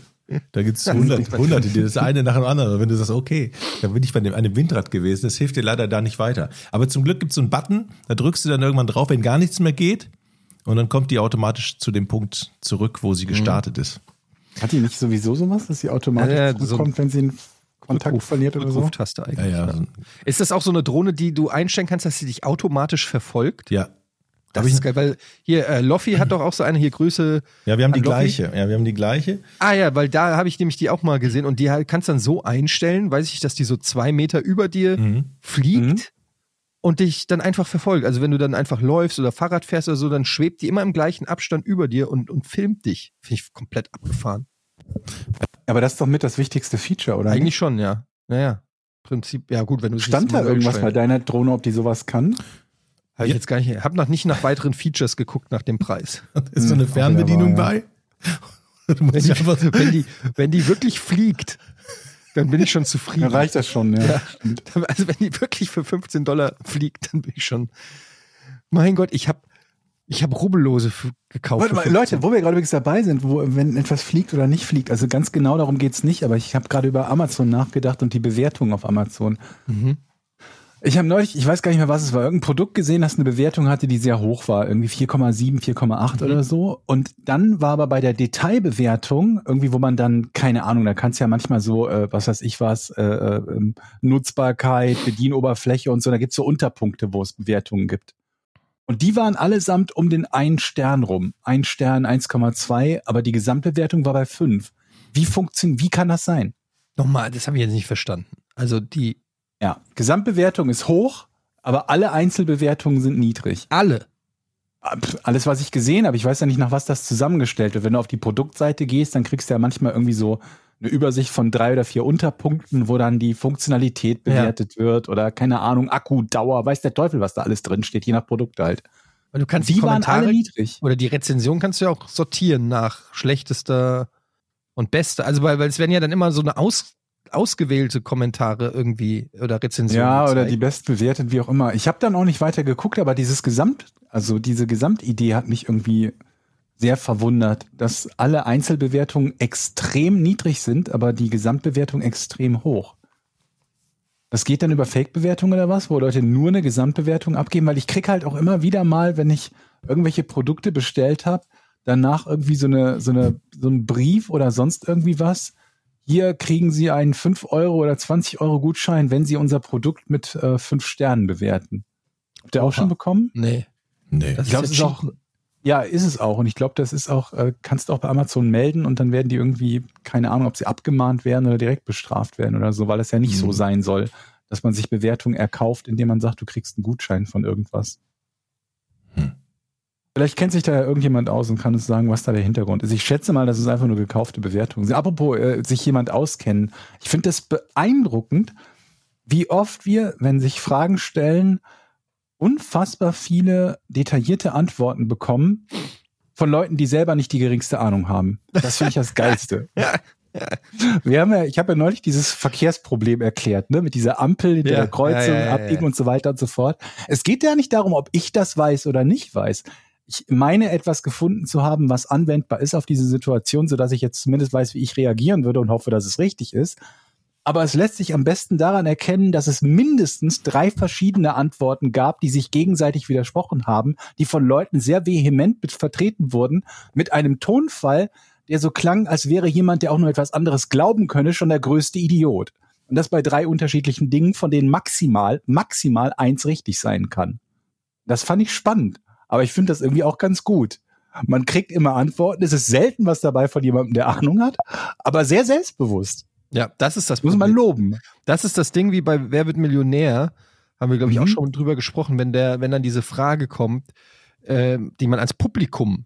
Speaker 6: Da gibt's
Speaker 7: Das ist
Speaker 6: hundert,
Speaker 7: nicht mein
Speaker 6: hunderte, die das eine nach dem anderen. Und wenn du sagst, okay, da bin ich bei dem einem Windrad gewesen, das hilft dir leider da nicht weiter. Aber zum Glück gibt's so einen Button, da drückst du dann irgendwann drauf,
Speaker 5: Mhm.
Speaker 6: wenn gar nichts mehr geht. Und dann kommt die automatisch zu dem Punkt zurück, wo sie gestartet ist.
Speaker 7: Hat die nicht sowieso sowas, dass sie automatisch
Speaker 5: Ja, ja,
Speaker 7: zurückkommt,
Speaker 5: so ein
Speaker 7: wenn sie einen Kontakt
Speaker 5: Rückruf-
Speaker 7: verliert oder so?
Speaker 5: Rückruftaste
Speaker 6: Ja,
Speaker 5: eigentlich. ne?
Speaker 6: ja.
Speaker 5: Ist das auch so eine Drohne, die du einstellen kannst, dass sie dich automatisch verfolgt?
Speaker 6: ja.
Speaker 5: Das
Speaker 6: Hab ich-
Speaker 5: ist geil, weil hier, äh, Loffi hat doch auch so eine, hier Grüße.
Speaker 6: Ja, wir haben die
Speaker 5: An Loffi?
Speaker 6: gleiche. Ja, wir haben die gleiche.
Speaker 5: Ah ja, weil da habe ich nämlich die auch mal gesehen und die halt- kannst dann so einstellen, weiß ich, dass die so zwei Meter über dir
Speaker 6: Mhm.
Speaker 5: fliegt
Speaker 7: Mhm.
Speaker 5: und dich dann einfach verfolgt. Also wenn du dann einfach läufst oder Fahrrad fährst oder so, dann schwebt die immer im gleichen Abstand über dir und, und filmt dich. Finde ich komplett abgefahren.
Speaker 7: Aber das ist doch mit das wichtigste Feature, oder?
Speaker 5: Eigentlich schon, ja. Naja. Prinzip, ja gut, wenn du
Speaker 7: nicht? Mhm. stand da irgendwas bei
Speaker 5: bei
Speaker 7: deiner Drohne, ob die sowas kann?
Speaker 5: Habe ich jetzt gar nicht, hab noch nicht nach weiteren Features geguckt nach dem Preis.
Speaker 6: Ist so eine
Speaker 7: Hm,
Speaker 6: Fernbedienung
Speaker 7: auch
Speaker 6: bei? Du
Speaker 5: Mhm.
Speaker 6: musst
Speaker 5: Wenn die,
Speaker 6: einfach-
Speaker 5: Also, wenn, die, wenn die wirklich fliegt, dann bin ich schon zufrieden.
Speaker 7: Dann reicht das schon, ja.
Speaker 5: Ja. Also wenn die wirklich für 15 Dollar fliegt, dann bin ich schon. Mein Gott, ich habe ich hab Rubbellose f- gekauft.
Speaker 7: Warte
Speaker 5: für
Speaker 7: mal,
Speaker 5: 15.
Speaker 7: Leute, wo wir gerade übrigens dabei sind, wo, wenn etwas fliegt oder nicht fliegt, also ganz genau darum geht's nicht, aber ich habe gerade über Amazon nachgedacht und die Bewertung auf Amazon. Ich habe neulich, ich weiß gar nicht mehr, was es war, irgendein Produkt gesehen, das eine Bewertung hatte, die sehr hoch war, irgendwie 4,7, 4,8 oder so. Und dann war aber bei der Detailbewertung, irgendwie, wo man dann, keine Ahnung, da kannst ja manchmal so, äh, was weiß ich was, äh, äh, ähm, Nutzbarkeit, Bedienoberfläche und so, da gibt's so Unterpunkte, wo es Bewertungen gibt. Und die waren allesamt um den einen Stern rum. Ein Stern, 1,2, aber die Gesamtbewertung war bei 5. Wie funktioniert, wie kann das sein?
Speaker 5: Nochmal, das habe ich jetzt nicht verstanden. Also die
Speaker 7: Ja, Gesamtbewertung ist hoch, aber alle Einzelbewertungen sind niedrig.
Speaker 5: alle.
Speaker 7: Ah, pf, Alles, was ich gesehen habe, ich weiß ja nicht, nach was das zusammengestellt wird. Wenn du auf die Produktseite gehst, dann kriegst du ja manchmal irgendwie so eine Übersicht von drei oder vier Unterpunkten, wo dann die Funktionalität
Speaker 5: Ja.
Speaker 7: bewertet wird oder keine Ahnung, Akkudauer, weiß der Teufel, was da alles drin steht, je nach Produkt halt.
Speaker 5: Weil du kannst die,
Speaker 7: Die waren alle
Speaker 5: Kommentare
Speaker 7: niedrig.
Speaker 5: oder die Rezension kannst du ja auch sortieren nach schlechtester und bester. Also weil, weil es werden ja dann immer so eine aus, ausgewählte Kommentare irgendwie oder Rezensionen.
Speaker 7: Ja, oder die
Speaker 5: gezeigt.
Speaker 7: bestbewertet, wie auch immer. Ich habe dann auch nicht weiter geguckt, aber dieses Gesamt, also diese Gesamtidee hat mich irgendwie sehr verwundert, dass alle Einzelbewertungen extrem niedrig sind, aber die Gesamtbewertung extrem hoch. Das geht dann über Fake-Bewertungen oder was, wo Leute nur eine Gesamtbewertung abgeben, weil ich krieg halt auch immer wieder mal, wenn ich irgendwelche Produkte bestellt habe, danach irgendwie so eine, so eine, so ein Brief oder sonst irgendwie was. Hier kriegen Sie einen 5 Euro oder 20 Euro Gutschein, wenn Sie unser Produkt mit äh, 5 Sternen bewerten. Habt ihr auch
Speaker 5: Oha.
Speaker 7: schon bekommen?
Speaker 5: Nee,
Speaker 6: Nee.
Speaker 5: das
Speaker 7: Ich glaub,
Speaker 5: ist
Speaker 7: es ist
Speaker 5: ja
Speaker 7: auch- Ja, ist es auch. Und ich glaube, das ist auch, äh, kannst du auch bei Amazon melden und dann werden die irgendwie, keine Ahnung, ob sie abgemahnt werden oder direkt bestraft werden oder so, weil es ja nicht so sein soll, dass man sich Bewertungen erkauft, indem man sagt, du kriegst einen Gutschein von irgendwas.
Speaker 6: Hm.
Speaker 7: Vielleicht kennt sich da ja irgendjemand aus und kann uns sagen, was da der Hintergrund ist. Ich schätze mal, dass es einfach nur gekaufte Bewertungen sind. Apropos, äh, sich jemand auskennen. Ich finde das beeindruckend, wie oft wir, wenn sich Fragen stellen, unfassbar viele detaillierte Antworten bekommen von Leuten, die selber nicht die geringste Ahnung haben. Das finde ich das Geilste. Wir haben ja, ich habe ja neulich dieses Verkehrsproblem erklärt, ne, mit dieser Ampel hinter
Speaker 5: Ja,
Speaker 7: der Kreuzung,
Speaker 5: ja, ja, ja,
Speaker 7: Abbiegen
Speaker 5: ja.
Speaker 7: und so weiter und so fort. Es geht ja nicht darum, ob ich das weiß oder nicht weiß. Ich meine, etwas gefunden zu haben, was anwendbar ist auf diese Situation, sodass ich jetzt zumindest weiß, wie ich reagieren würde und hoffe, dass es richtig ist. Aber es lässt sich am besten daran erkennen, dass es mindestens drei verschiedene Antworten gab, die sich gegenseitig widersprochen haben, die von Leuten sehr vehement mit vertreten wurden, mit einem Tonfall, der so klang, als wäre jemand, der auch nur etwas anderes glauben könne, schon der größte Idiot. Und das bei drei unterschiedlichen Dingen, von denen maximal, maximal eins richtig sein kann. Das fand ich spannend, aber ich finde das irgendwie auch ganz gut. Man kriegt immer Antworten, es ist selten was dabei von jemandem, der Ahnung hat, aber sehr selbstbewusst.
Speaker 5: Ja, das ist das
Speaker 7: Muss man loben.
Speaker 5: Das ist das Ding wie bei Wer wird Millionär, haben wir, glaube ich, auch
Speaker 7: Mhm.
Speaker 5: schon drüber gesprochen, wenn der, wenn dann diese Frage kommt, ähm, die man ans Publikum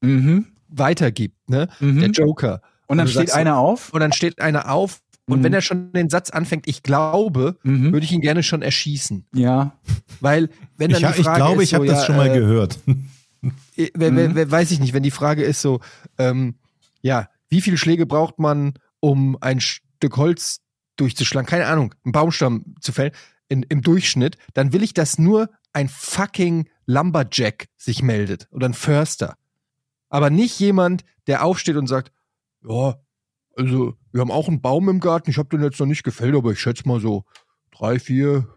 Speaker 7: Mhm.
Speaker 5: weitergibt, ne?
Speaker 7: Mhm.
Speaker 5: Der Joker.
Speaker 7: Und dann
Speaker 5: du
Speaker 7: steht
Speaker 5: sagst so-
Speaker 7: einer auf.
Speaker 5: Und dann steht einer auf und
Speaker 7: Mhm.
Speaker 5: wenn er schon den Satz anfängt, ich glaube,
Speaker 7: Mhm.
Speaker 5: würde ich ihn gerne schon erschießen.
Speaker 7: Ja.
Speaker 5: Weil, wenn
Speaker 6: Ich,
Speaker 5: dann
Speaker 6: ha-
Speaker 5: die
Speaker 6: ich
Speaker 5: Frage
Speaker 6: glaube,
Speaker 5: ist
Speaker 6: ich habe
Speaker 5: so,
Speaker 6: das
Speaker 5: ja,
Speaker 6: schon mal
Speaker 5: äh,
Speaker 6: gehört.
Speaker 5: äh, wer, wer, wer, weiß ich nicht, wenn die Frage ist so, ähm, ja, wie viele Schläge braucht man, um ein Stück Holz durchzuschlagen? Keine Ahnung, einen Baumstamm zu fällen, in, im Durchschnitt, dann will ich, dass nur ein fucking Lumberjack sich meldet oder ein Förster. Aber nicht jemand, der aufsteht und sagt, ja, also wir haben auch einen Baum im Garten, ich habe den jetzt noch nicht gefällt, aber ich schätze mal so drei, vier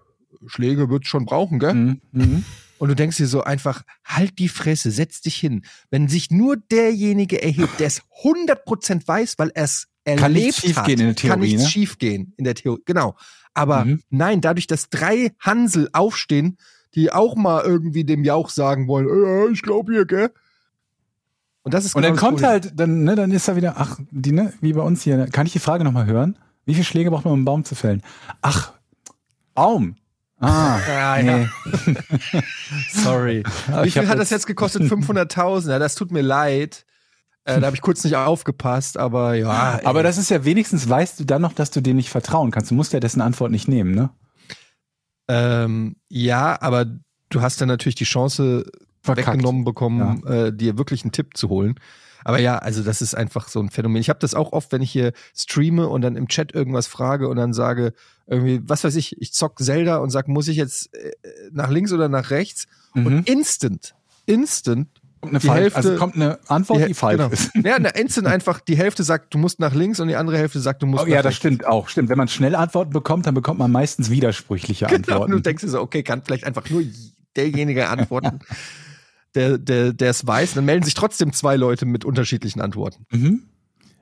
Speaker 5: Schläge wird's schon brauchen, gell?
Speaker 7: Mhm. Mhm.
Speaker 5: Und du denkst dir so einfach, halt die Fresse, setz dich hin. Wenn sich nur derjenige erhebt, der es 100% weiß, weil er es erlebt
Speaker 7: Kann nichts
Speaker 5: hat,
Speaker 7: schiefgehen in der
Speaker 5: kann
Speaker 7: Theorie,
Speaker 5: nichts
Speaker 7: ne?
Speaker 5: schiefgehen in der Theorie. Genau. Aber
Speaker 7: Mhm.
Speaker 5: nein, dadurch, dass drei Hansel aufstehen, die auch mal irgendwie dem Jauch sagen wollen, äh, ich glaube hier, gell? Und das ist
Speaker 7: Und dann
Speaker 5: genau das
Speaker 7: kommt
Speaker 5: Problem.
Speaker 7: halt, dann, ne, dann ist er wieder, ach, die, ne, wie bei uns hier, kann ich die Frage nochmal hören? Wie viele Schläge braucht man, um einen Baum zu fällen? Ach, Baum. Ah,
Speaker 5: Ja, ja.
Speaker 7: nee.
Speaker 5: Sorry.
Speaker 7: Aber
Speaker 5: Wie
Speaker 7: ich hab
Speaker 5: viel hat das jetzt gekostet? 500.000. Ja, das tut mir leid. Äh, da habe ich kurz nicht aufgepasst, aber ja. ey.
Speaker 7: Aber das ist ja wenigstens, weißt du dann noch, dass du dir nicht vertrauen kannst. Du musst ja dessen Antwort nicht nehmen, ne?
Speaker 5: ähm, ja, aber du hast dann natürlich die Chance weggenommen bekommen, äh, dir wirklich einen Tipp zu holen. Aber ja, also das ist einfach so ein Phänomen. Ich habe das auch oft, wenn ich hier streame und dann im Chat irgendwas frage und dann sage irgendwie, was weiß ich, ich zock Zelda und sag, muss ich jetzt äh, nach links oder nach rechts?
Speaker 7: Mhm.
Speaker 5: Und instant, instant
Speaker 7: Kommt eine
Speaker 5: die
Speaker 7: Fall-
Speaker 5: Hälfte-
Speaker 7: also kommt eine Antwort,
Speaker 5: Hä-
Speaker 7: die falsch
Speaker 5: genau.
Speaker 7: ist.
Speaker 5: Ja, na, instant einfach, die Hälfte sagt, du musst nach links und die andere Hälfte sagt, du musst
Speaker 7: Oh,
Speaker 5: nach
Speaker 7: ja, das
Speaker 5: rechts.
Speaker 7: stimmt auch. Stimmt. Wenn man schnell Antworten bekommt, dann bekommt man meistens widersprüchliche
Speaker 5: Genau, und du
Speaker 7: Antworten.
Speaker 5: denkst dir so, okay, kann vielleicht einfach nur derjenige antworten, der der der es weiß. Dann melden sich trotzdem zwei Leute mit unterschiedlichen Antworten.
Speaker 7: Mhm.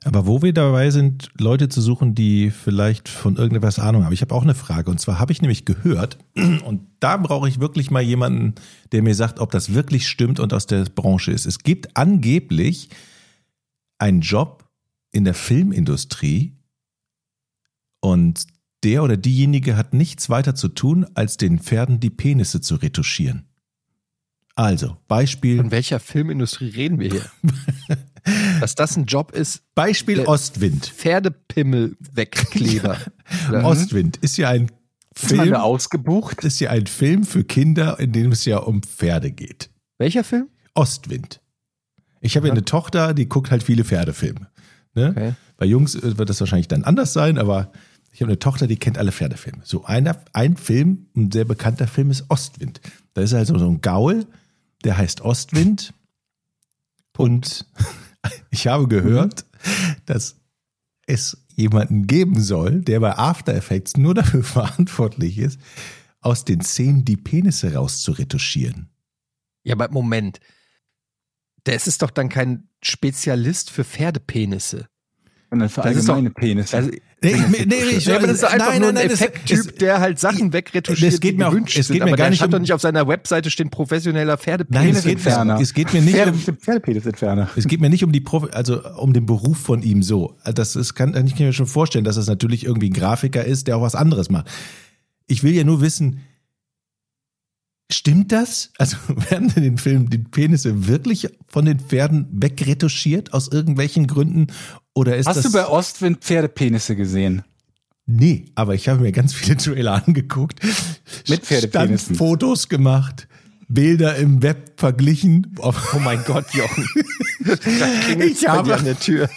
Speaker 6: Aber wo wir dabei sind, Leute zu suchen, die vielleicht von irgendetwas Ahnung haben. Ich habe auch eine Frage. Und zwar habe ich nämlich gehört, und da brauche ich wirklich mal jemanden, der mir sagt, ob das wirklich stimmt und aus der Branche ist. Es gibt angeblich einen Job in der Filmindustrie und der oder diejenige hat nichts weiter zu tun, als den Pferden die Penisse zu retuschieren. Also, Beispiel
Speaker 5: Von welcher Filmindustrie reden wir hier? Dass das ein Job ist,
Speaker 6: Beispiel
Speaker 5: Der-
Speaker 6: Ostwind.
Speaker 5: Pferdepimmel wegkleber. Oder-
Speaker 6: Ostwind ist ja ein
Speaker 7: Ist man
Speaker 6: Film.
Speaker 7: da ausgebucht?
Speaker 6: ist ja ein Film für Kinder, in dem es ja um Pferde geht.
Speaker 5: Welcher Film?
Speaker 6: Ostwind. Ich habe ja eine Tochter, die guckt halt viele Pferdefilme. Ne?
Speaker 5: Okay.
Speaker 6: Bei Jungs äh, wird das wahrscheinlich dann anders sein, aber ich habe eine Tochter, die kennt alle Pferdefilme. So einer, ein Film, ein sehr bekannter Film ist Ostwind. Da ist also so ein Gaul, der heißt Ostwind. Und ich habe gehört, dass es jemanden geben soll, der bei After Effects nur dafür verantwortlich ist, aus den Szenen die Penisse rauszuretuschieren.
Speaker 5: Ja, aber Moment. Das ist doch dann kein Spezialist für Pferdepenisse.
Speaker 7: Und dann für
Speaker 5: Das ist
Speaker 7: allgemeine Penisse.
Speaker 5: Das,
Speaker 6: Nee, nee, nee, ich,
Speaker 5: Ja, aber das ist doch einfach
Speaker 6: nein,
Speaker 5: nur ein
Speaker 6: nein, nein, es-
Speaker 5: Effekttyp,
Speaker 6: es-
Speaker 5: der halt Sachen wegretuschiert,
Speaker 6: Es geht
Speaker 5: die
Speaker 6: mir auch-
Speaker 5: gewünscht
Speaker 6: es
Speaker 5: sind.
Speaker 6: geht mir
Speaker 5: aber
Speaker 6: gar
Speaker 5: der
Speaker 6: nicht
Speaker 5: hat
Speaker 6: um-
Speaker 5: doch nicht auf seiner Webseite stehen professioneller Pferdepenis.
Speaker 6: Nein, es geht,
Speaker 7: Entferner.
Speaker 6: es geht mir nicht
Speaker 7: Pferde,
Speaker 6: um,
Speaker 7: stimmt, Pferdepenisentferner.
Speaker 6: es geht mir nicht um die Prof also um den Beruf von ihm so. Das ist, kann, ich kann mir schon vorstellen, dass das natürlich irgendwie ein Grafiker ist, der auch was anderes macht. Ich will ja nur wissen, stimmt das? Also werden in den Filmen die Penisse wirklich von den Pferden wegretuschiert aus irgendwelchen Gründen? Oder ist
Speaker 7: Hast
Speaker 6: das
Speaker 7: du bei Ostwind Pferdepenisse gesehen?
Speaker 6: Nee, aber ich habe mir ganz viele Trailer angeguckt.
Speaker 7: Mit Pferdepenissen.
Speaker 6: Fotos gemacht, Bilder im Web verglichen. Oh, mein Gott, Jochen. ich, habe,
Speaker 5: der Tür.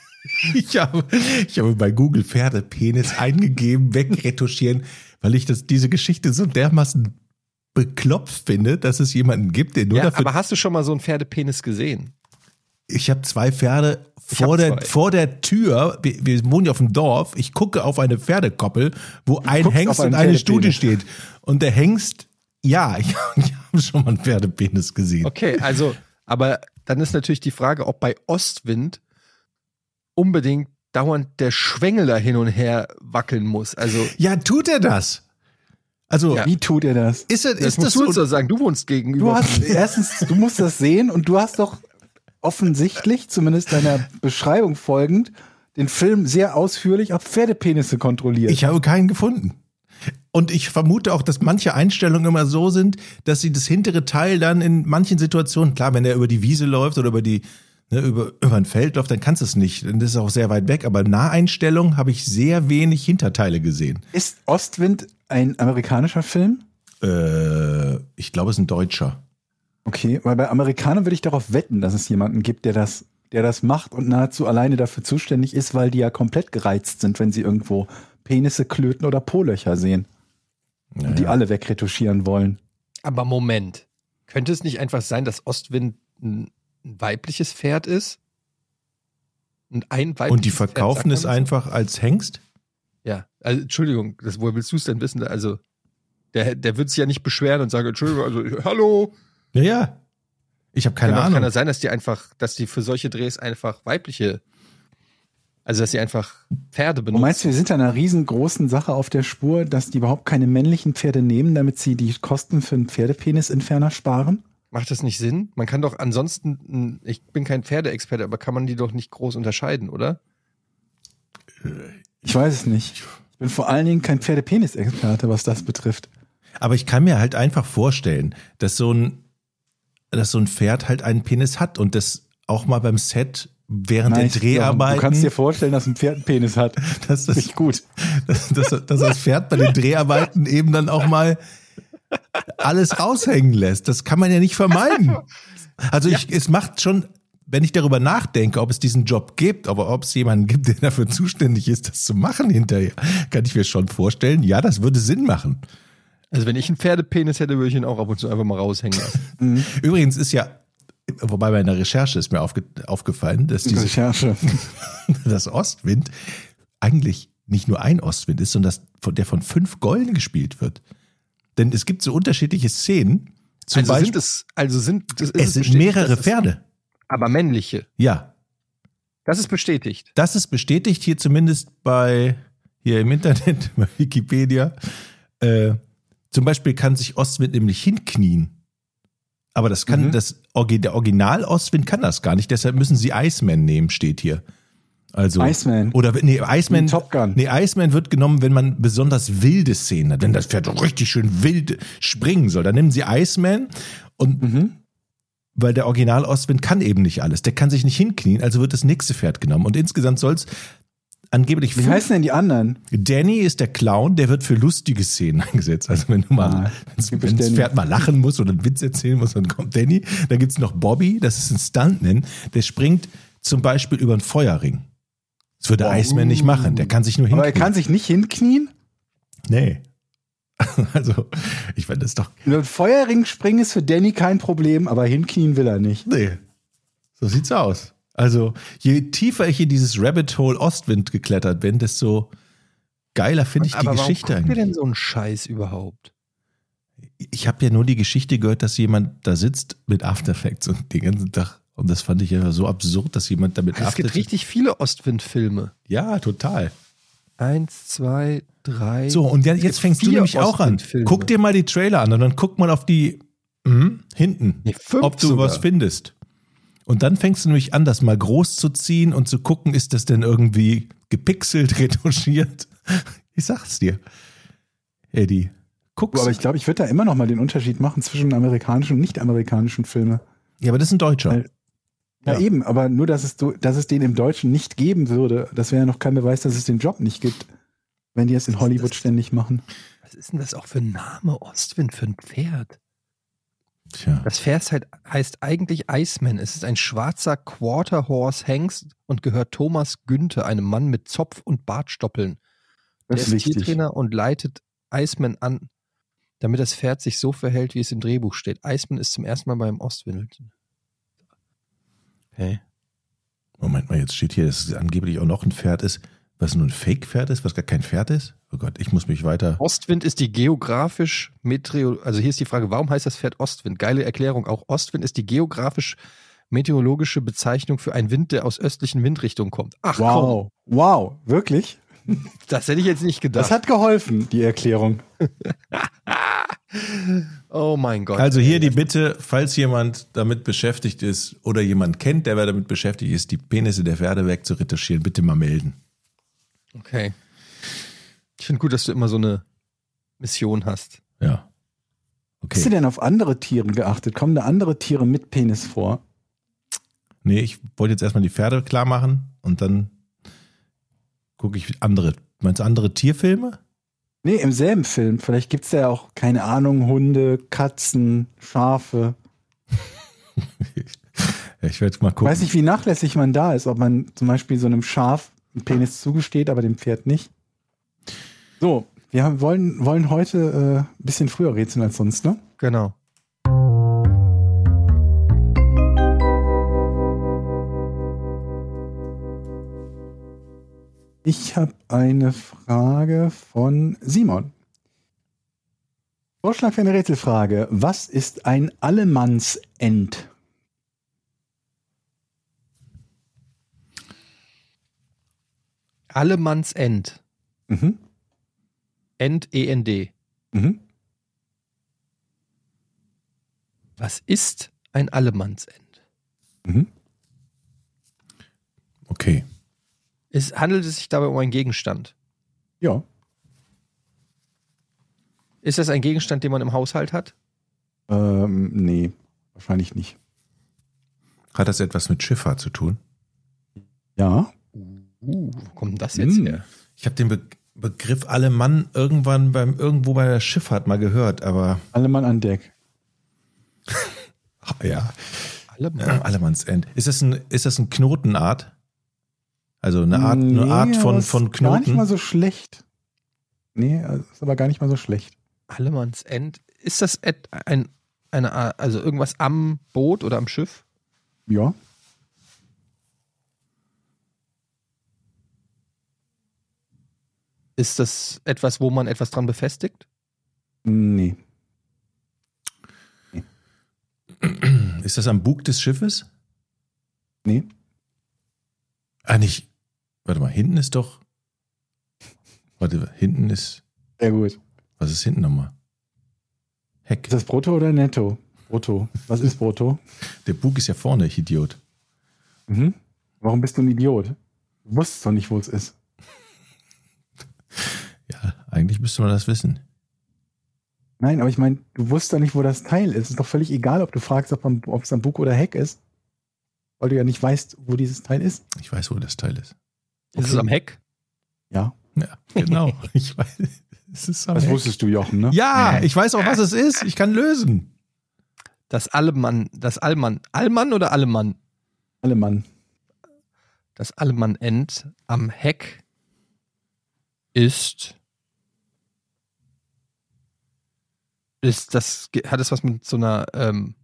Speaker 6: ich, habe, ich habe bei Google Pferdepenis eingegeben, wegretuschieren, weil ich das, diese Geschichte so dermaßen beklopft finde, dass es jemanden gibt, der nur
Speaker 5: Ja,
Speaker 6: dafür
Speaker 5: aber hast du schon mal so einen Pferdepenis gesehen?
Speaker 6: ich habe zwei Pferde vor
Speaker 5: hab
Speaker 6: der,
Speaker 5: zwei.
Speaker 6: vor der Tür. Wir, wir wohnen ja auf dem Dorf. Ich gucke auf eine Pferdekoppel, wo ein
Speaker 7: guckst
Speaker 6: Hengst
Speaker 7: auf einen
Speaker 6: und eine
Speaker 7: Pferdepenis.
Speaker 6: Stute steht. Und der Hengst, ja, ich, ich habe schon mal einen Pferdepenis gesehen.
Speaker 5: Okay, also, aber dann ist natürlich die Frage, ob bei Ostwind unbedingt dauernd der Schwengel da hin und her wackeln muss. Also,
Speaker 6: Ja, tut er das? Also,
Speaker 5: Ja.
Speaker 7: Wie tut er das?
Speaker 6: ist, er,
Speaker 5: das
Speaker 6: ist
Speaker 5: musst
Speaker 6: das
Speaker 5: du
Speaker 6: so?
Speaker 5: uns doch sagen, du wohnst gegenüber.
Speaker 7: Du hast erstens, du musst das sehen und du hast doch offensichtlich, zumindest deiner Beschreibung folgend, den Film sehr ausführlich auf Pferdepenisse kontrolliert.
Speaker 6: Ich habe keinen gefunden. Und ich vermute auch, dass manche Einstellungen immer so sind, dass sie das hintere Teil dann in manchen Situationen, klar, wenn er über die Wiese läuft oder über die ne, über, über ein Feld läuft, dann kannst du es nicht. Dann ist es auch sehr weit weg. Aber Naheinstellungen habe ich sehr wenig Hinterteile gesehen.
Speaker 7: ist Ostwind ein amerikanischer Film?
Speaker 6: Äh, ich glaube, es ist ein Deutscher.
Speaker 7: Okay, weil bei Amerikanern würde ich darauf wetten, dass es jemanden gibt, der das, der das macht und nahezu alleine dafür zuständig ist, weil die ja komplett gereizt sind, wenn sie irgendwo Penisse, Klöten oder Po-Löcher sehen, und die alle wegretuschieren wollen.
Speaker 5: Aber Moment, könnte es nicht einfach sein, dass Ostwind ein ein weibliches Pferd ist? Und ein weibliches
Speaker 6: Und die
Speaker 5: Pferd,
Speaker 6: verkaufen es
Speaker 5: sagt man
Speaker 6: einfach als Hengst?
Speaker 5: das? Ja, also Entschuldigung, das, woher willst du es denn wissen? Also Der, der wird sich ja nicht beschweren und sagen, Entschuldigung, also hallo.
Speaker 6: Ja, ja. Ich habe keine
Speaker 7: Genau,
Speaker 5: kann, auch-
Speaker 6: Ahnung.
Speaker 5: kann das sein, dass die einfach, dass die für solche Drehs einfach weibliche, also dass sie einfach Pferde
Speaker 7: Du
Speaker 5: benutzen?
Speaker 7: meinst, wir sind einer riesengroßen Sache auf der Spur, dass die überhaupt keine männlichen Pferde nehmen, damit sie die Kosten für einen Pferdepenisentferner sparen?
Speaker 5: Macht das nicht Sinn? Man kann doch ansonsten, mh, ich bin kein Pferdeexperte, aber kann man die doch nicht groß unterscheiden, oder?
Speaker 7: Ich weiß es nicht. Ich bin vor allen Dingen kein Pferdepenis-Experte, was das betrifft.
Speaker 6: Aber ich kann mir halt einfach vorstellen, dass so ein, dass so ein Pferd halt einen Penis hat und das auch mal beim Set während
Speaker 7: Nice,
Speaker 6: der
Speaker 7: John. Du
Speaker 6: Dreharbeiten,
Speaker 7: kannst dir vorstellen, dass ein Pferd einen Penis hat.
Speaker 6: dass, das,
Speaker 7: Nicht gut.
Speaker 6: dass, dass, dass das Pferd bei den Dreharbeiten eben dann auch mal alles raushängen lässt. Das kann man ja nicht vermeiden. Also ich, es macht schon, wenn ich darüber nachdenke, ob es diesen Job gibt, aber ob es jemanden gibt, der dafür zuständig ist, das zu machen hinterher, kann ich mir schon vorstellen, ja, das würde Sinn machen.
Speaker 5: Also wenn ich einen Pferdepenis hätte, würde ich ihn auch ab und zu einfach mal raushängen lassen.
Speaker 6: Übrigens ist ja, wobei bei einer Recherche ist mir aufge aufgefallen, dass dieses,
Speaker 7: Recherche.
Speaker 6: das Ostwind eigentlich nicht nur ein Ostwind ist, sondern das, von, der von fünf Gollen gespielt wird. Denn es gibt so unterschiedliche Szenen. Zum
Speaker 5: also
Speaker 6: Beispiel,
Speaker 5: sind es, also sind, das ist
Speaker 6: es sind
Speaker 5: bestätigt,
Speaker 6: mehrere
Speaker 5: dass es-
Speaker 6: Pferde.
Speaker 5: Aber männliche.
Speaker 6: Ja,
Speaker 5: Das ist bestätigt.
Speaker 6: das ist bestätigt hier zumindest bei, hier im Internet, bei Wikipedia. Äh, zum Beispiel kann sich Ostwind nämlich hinknien. Aber das kann,
Speaker 5: Mhm.
Speaker 6: das, Orgi- der Original Ostwind kann das gar nicht, deshalb müssen sie Iceman nehmen, steht hier. Also.
Speaker 7: Iceman.
Speaker 6: Oder, nee, Iceman.
Speaker 7: Wie Top Gun.
Speaker 6: Nee, Iceman wird genommen, wenn man besonders wilde Szenen hat. Wenn das Pferd richtig schön wild springen soll, dann nehmen sie Iceman und
Speaker 7: Mhm.
Speaker 6: weil der Original Ostwind kann eben nicht alles. Der kann sich nicht hinknien, also wird das nächste Pferd genommen. Und insgesamt soll es angeblich
Speaker 7: Wie
Speaker 6: fünf-
Speaker 7: heißen denn die anderen?
Speaker 6: Danny ist der Clown, der wird für lustige Szenen eingesetzt. Also wenn du mal,
Speaker 7: Ah,
Speaker 6: wenn's-
Speaker 7: typisch
Speaker 6: wenn das
Speaker 7: Danny.
Speaker 6: Pferd mal lachen muss oder einen Witz erzählen muss, dann kommt Danny. Dann gibt's noch Bobby, das ist ein Stuntman, der springt zum Beispiel über einen Feuerring. Das würde Iceman nicht machen, der kann sich nur
Speaker 7: Aber er
Speaker 6: hinknien.
Speaker 7: kann sich nicht hinknien?
Speaker 6: nee. Also, ich fand das doch,
Speaker 7: Nur ein Feuerring springen ist für Danny kein Problem, aber hinknien will er nicht.
Speaker 6: nee. So sieht's aus. Also, je tiefer ich in dieses Rabbit Hole Ostwind geklettert bin, desto geiler finde ich die
Speaker 5: aber warum
Speaker 6: Geschichte
Speaker 5: gucken wir
Speaker 6: eigentlich.
Speaker 5: denn so einen Scheiß überhaupt?
Speaker 6: ich habe ja nur die Geschichte gehört, dass jemand da sitzt mit After Effects und den ganzen Tag. Und das fand ich ja so absurd, dass jemand damit
Speaker 5: Also Es gibt richtig viele Ostwind-Filme.
Speaker 6: Ja, total.
Speaker 5: Eins, zwei, drei.
Speaker 6: So, und ja,
Speaker 5: Es
Speaker 6: jetzt
Speaker 5: gibt
Speaker 6: fängst du
Speaker 5: vier
Speaker 6: nämlich auch an.
Speaker 5: Ostwind-Filme.
Speaker 6: Guck dir mal die Trailer an und dann guck mal auf die mhm, hinten,
Speaker 5: Nee, fünf
Speaker 6: ob du
Speaker 5: sogar.
Speaker 6: was findest. Und dann fängst du nämlich an, das mal groß zu ziehen und zu gucken, ist das denn irgendwie gepixelt, retuschiert? Ich sag's dir. Eddie, guck's.
Speaker 7: Aber ich glaube, ich würde da immer noch mal den Unterschied machen zwischen amerikanischen und nicht-amerikanischen Filmen.
Speaker 6: ja, aber das ist ein Deutscher.
Speaker 7: Ja,
Speaker 6: Ja.
Speaker 7: eben, aber nur, dass es, so- dass es den im Deutschen nicht geben würde, das wäre ja noch kein Beweis, dass es den Job nicht gibt, wenn die es in Hollywood ständig machen.
Speaker 5: Was ist denn das auch für ein Name Ostwind für ein Pferd?
Speaker 6: Tja.
Speaker 5: Das Pferd halt, heißt eigentlich Iceman. Es ist ein schwarzer Quarter Horse Hengst und gehört Thomas Günther, einem Mann mit Zopf und Bartstoppeln.
Speaker 7: Das
Speaker 5: Der
Speaker 7: ist wichtig.
Speaker 5: Tiertrainer und leitet Iceman an, damit das Pferd sich so verhält, wie es im Drehbuch steht. Iceman ist zum ersten Mal beim Ostwind.
Speaker 6: Hey. Moment mal, jetzt steht hier, dass es angeblich auch noch ein Pferd ist, was nur ein Fake-Pferd ist, was gar kein Pferd ist. Oh Gott, ich muss mich weiter.
Speaker 5: Ostwind ist die geografisch meteo also hier ist die Frage, warum heißt das Pferd Ostwind? Geile Erklärung. Auch Ostwind ist die geografisch meteorologische Bezeichnung für einen Wind, der aus östlichen Windrichtungen kommt. Ach
Speaker 7: Wow. Wow, wirklich?
Speaker 5: komm, das hätte ich jetzt nicht gedacht.
Speaker 7: Das hat geholfen, die Erklärung.
Speaker 5: oh mein Gott.
Speaker 6: Also hier die Bitte, falls jemand damit beschäftigt ist oder jemand kennt, der damit beschäftigt ist, die Penisse der Pferde wegzuretuschieren, bitte mal melden.
Speaker 5: Okay. Ich finde gut, dass du immer so eine Mission hast.
Speaker 6: Ja.
Speaker 7: Hast du
Speaker 6: Okay.
Speaker 7: denn auf andere Tiere geachtet? Kommen da andere Tiere mit Penis vor?
Speaker 6: Nee, ich wollte jetzt erstmal die Pferde klar machen und dann gucke ich andere. Meinst du andere Tierfilme?
Speaker 7: Nee, im selben Film. Vielleicht gibt es da ja auch, keine Ahnung, Hunde, Katzen, Schafe.
Speaker 6: Ich werde mal
Speaker 7: Ich
Speaker 6: gucken.
Speaker 7: weiß nicht, wie nachlässig man da ist, ob man zum Beispiel so einem Schaf einen Penis zugesteht, aber dem Pferd nicht. So, wir haben, wollen, wollen heute äh, ein bisschen früher rätseln als sonst, ne?
Speaker 5: Genau.
Speaker 7: Ich habe eine Frage von Simon. Vorschlag für eine Rätselfrage. Was ist ein Allemannsend?
Speaker 5: Allemanns End.
Speaker 7: Mhm.
Speaker 5: End, E E-N-D.
Speaker 7: Mhm.
Speaker 5: Was ist ein Allemannsend?
Speaker 7: Mhm.
Speaker 6: Okay.
Speaker 5: Es handelt es sich dabei um einen Gegenstand.
Speaker 7: Ja.
Speaker 5: Ist das ein Gegenstand, den man im Haushalt hat?
Speaker 7: Ähm, nee, wahrscheinlich nicht.
Speaker 6: Hat das etwas mit Schifffahrt zu tun?
Speaker 7: Ja.
Speaker 5: Uh, wo kommt denn das jetzt
Speaker 7: Hm.
Speaker 5: her?
Speaker 6: Ich habe den Be Begriff Allemann irgendwann beim irgendwo bei der Schifffahrt mal gehört, aber
Speaker 7: Allemann an Deck.
Speaker 6: ja, äh,
Speaker 5: Allemann.
Speaker 6: Allemannsend. Ist das ein ist das ein Knotenart? Also eine Art eine
Speaker 7: Nee,
Speaker 6: Art
Speaker 7: aber
Speaker 6: von
Speaker 7: ist
Speaker 6: von
Speaker 7: Gar nicht
Speaker 6: Knoten.
Speaker 7: mal so schlecht. Nee, also ist aber gar nicht mal so schlecht.
Speaker 5: Allemanns End. Ist das et- ein, eine, Art- also irgendwas am Boot oder am Schiff?
Speaker 7: Ja.
Speaker 5: Ist das etwas, wo man etwas dran befestigt?
Speaker 7: Nee.
Speaker 6: Ist das am Bug des Schiffes?
Speaker 7: Nee.
Speaker 6: Ah nicht. Warte mal, hinten ist doch Warte, hinten ist
Speaker 7: Sehr gut.
Speaker 6: was ist hinten nochmal? Heck.
Speaker 7: Ist das brutto oder netto? Brutto. Was ist brutto?
Speaker 6: Der Bug ist ja vorne, ich Idiot.
Speaker 7: Mhm. Warum bist du ein Idiot? Du wusstest doch nicht, wo es ist.
Speaker 6: Ja, eigentlich müsste man das wissen.
Speaker 7: Nein, aber ich meine, du wusstest doch nicht, wo das Teil ist. Ist doch völlig egal, ob du fragst, ob man- ob es am Bug oder Heck ist. Weil du ja nicht weißt, wo dieses Teil ist.
Speaker 6: Ich weiß, wo das Teil ist.
Speaker 5: Ist es am Heck?
Speaker 7: Ja.
Speaker 6: Ja, genau. ich weiß. Es ist am
Speaker 7: Das
Speaker 6: Heck.
Speaker 7: wusstest du, Jochen, ne?
Speaker 6: Ja, ich weiß auch, was es ist. Ich kann lösen.
Speaker 5: Das Allemann, das Allmann. Allmann oder Allemann?
Speaker 7: Allemann.
Speaker 5: Das Allemann-End am Heck ist. Ist das, hat das was mit so einer, ähm,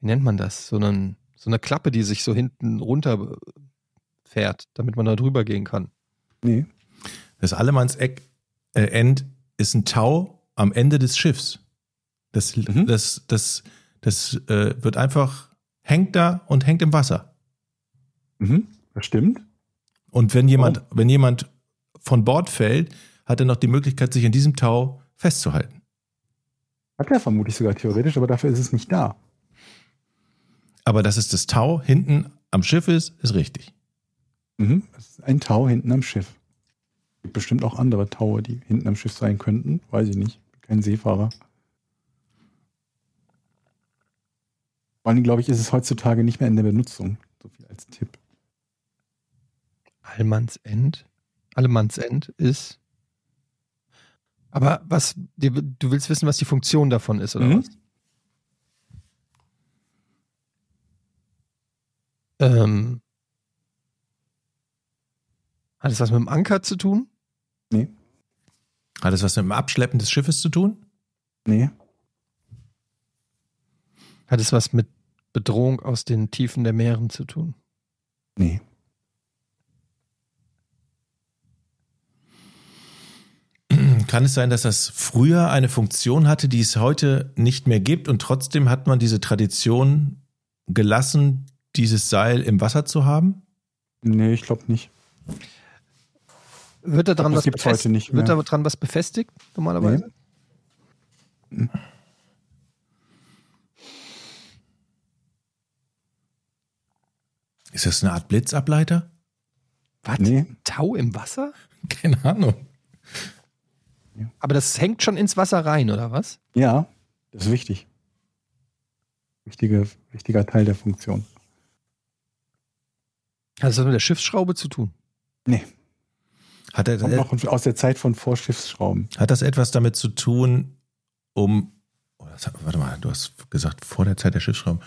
Speaker 5: wie nennt man das? So, einen, so eine Klappe, die sich so hinten runter fährt, damit man da drüber gehen kann.
Speaker 7: Nee.
Speaker 6: Das Allemanns Eck, äh, End ist ein Tau am Ende des Schiffs. Das,
Speaker 7: Mhm.
Speaker 6: das, das, das äh, wird einfach, hängt da und hängt im Wasser.
Speaker 7: Mhm. Das stimmt.
Speaker 6: Und wenn jemand, wenn jemand von Bord fällt, hat er noch die Möglichkeit, sich an diesem Tau festzuhalten.
Speaker 7: Hat er vermutlich sogar theoretisch, aber dafür ist es nicht da.
Speaker 6: Aber dass es das Tau hinten am Schiff ist, ist richtig.
Speaker 7: Mhm. Es ist ein Tau hinten am Schiff. Gibt bestimmt auch andere Taue, die hinten am Schiff sein könnten. Weiß ich nicht. Bin Kein Seefahrer. Vor allem, glaube ich, ist es heutzutage nicht mehr in der Benutzung. So viel als Tipp.
Speaker 5: Allmannsend? Allemannsend ist. Aber was, dir- du willst wissen, was die Funktion davon ist, oder
Speaker 7: Mhm.
Speaker 5: was? Ähm, hat es was mit dem Anker zu tun?
Speaker 6: Hat das was mit dem Abschleppen des Schiffes zu tun?
Speaker 7: Nee.
Speaker 5: Hat es was mit Bedrohung aus den Tiefen der Meeren zu tun?
Speaker 7: Nee.
Speaker 6: Kann es sein, dass das früher eine Funktion hatte, die es heute nicht mehr gibt und trotzdem hat man diese Tradition gelassen, dieses Seil im Wasser zu haben?
Speaker 7: Nee, ich glaube nicht.
Speaker 5: Wird daran
Speaker 7: Das
Speaker 5: was
Speaker 7: gibt's
Speaker 5: befestigt?
Speaker 7: heute nicht
Speaker 5: Wird
Speaker 7: mehr.
Speaker 5: daran was befestigt normalerweise?
Speaker 6: Ist das eine Art Blitzableiter?
Speaker 5: Was?
Speaker 7: Nee.
Speaker 5: Tau im Wasser?
Speaker 6: Keine Ahnung.
Speaker 5: Aber das hängt schon ins Wasser rein, oder was?
Speaker 7: Ja, das ist wichtig. Wichtige, wichtiger Teil der Funktion.
Speaker 5: Hat es was mit der Schiffsschraube zu tun?
Speaker 6: Hat, er,
Speaker 5: Äh.
Speaker 6: äh,
Speaker 7: Kommt noch aus der Zeit von Vorschiffsschrauben.
Speaker 6: hat das etwas damit zu tun, um. Oh, das, hat- warte mal, du hast gesagt, vor der Zeit der Schiffsschrauben.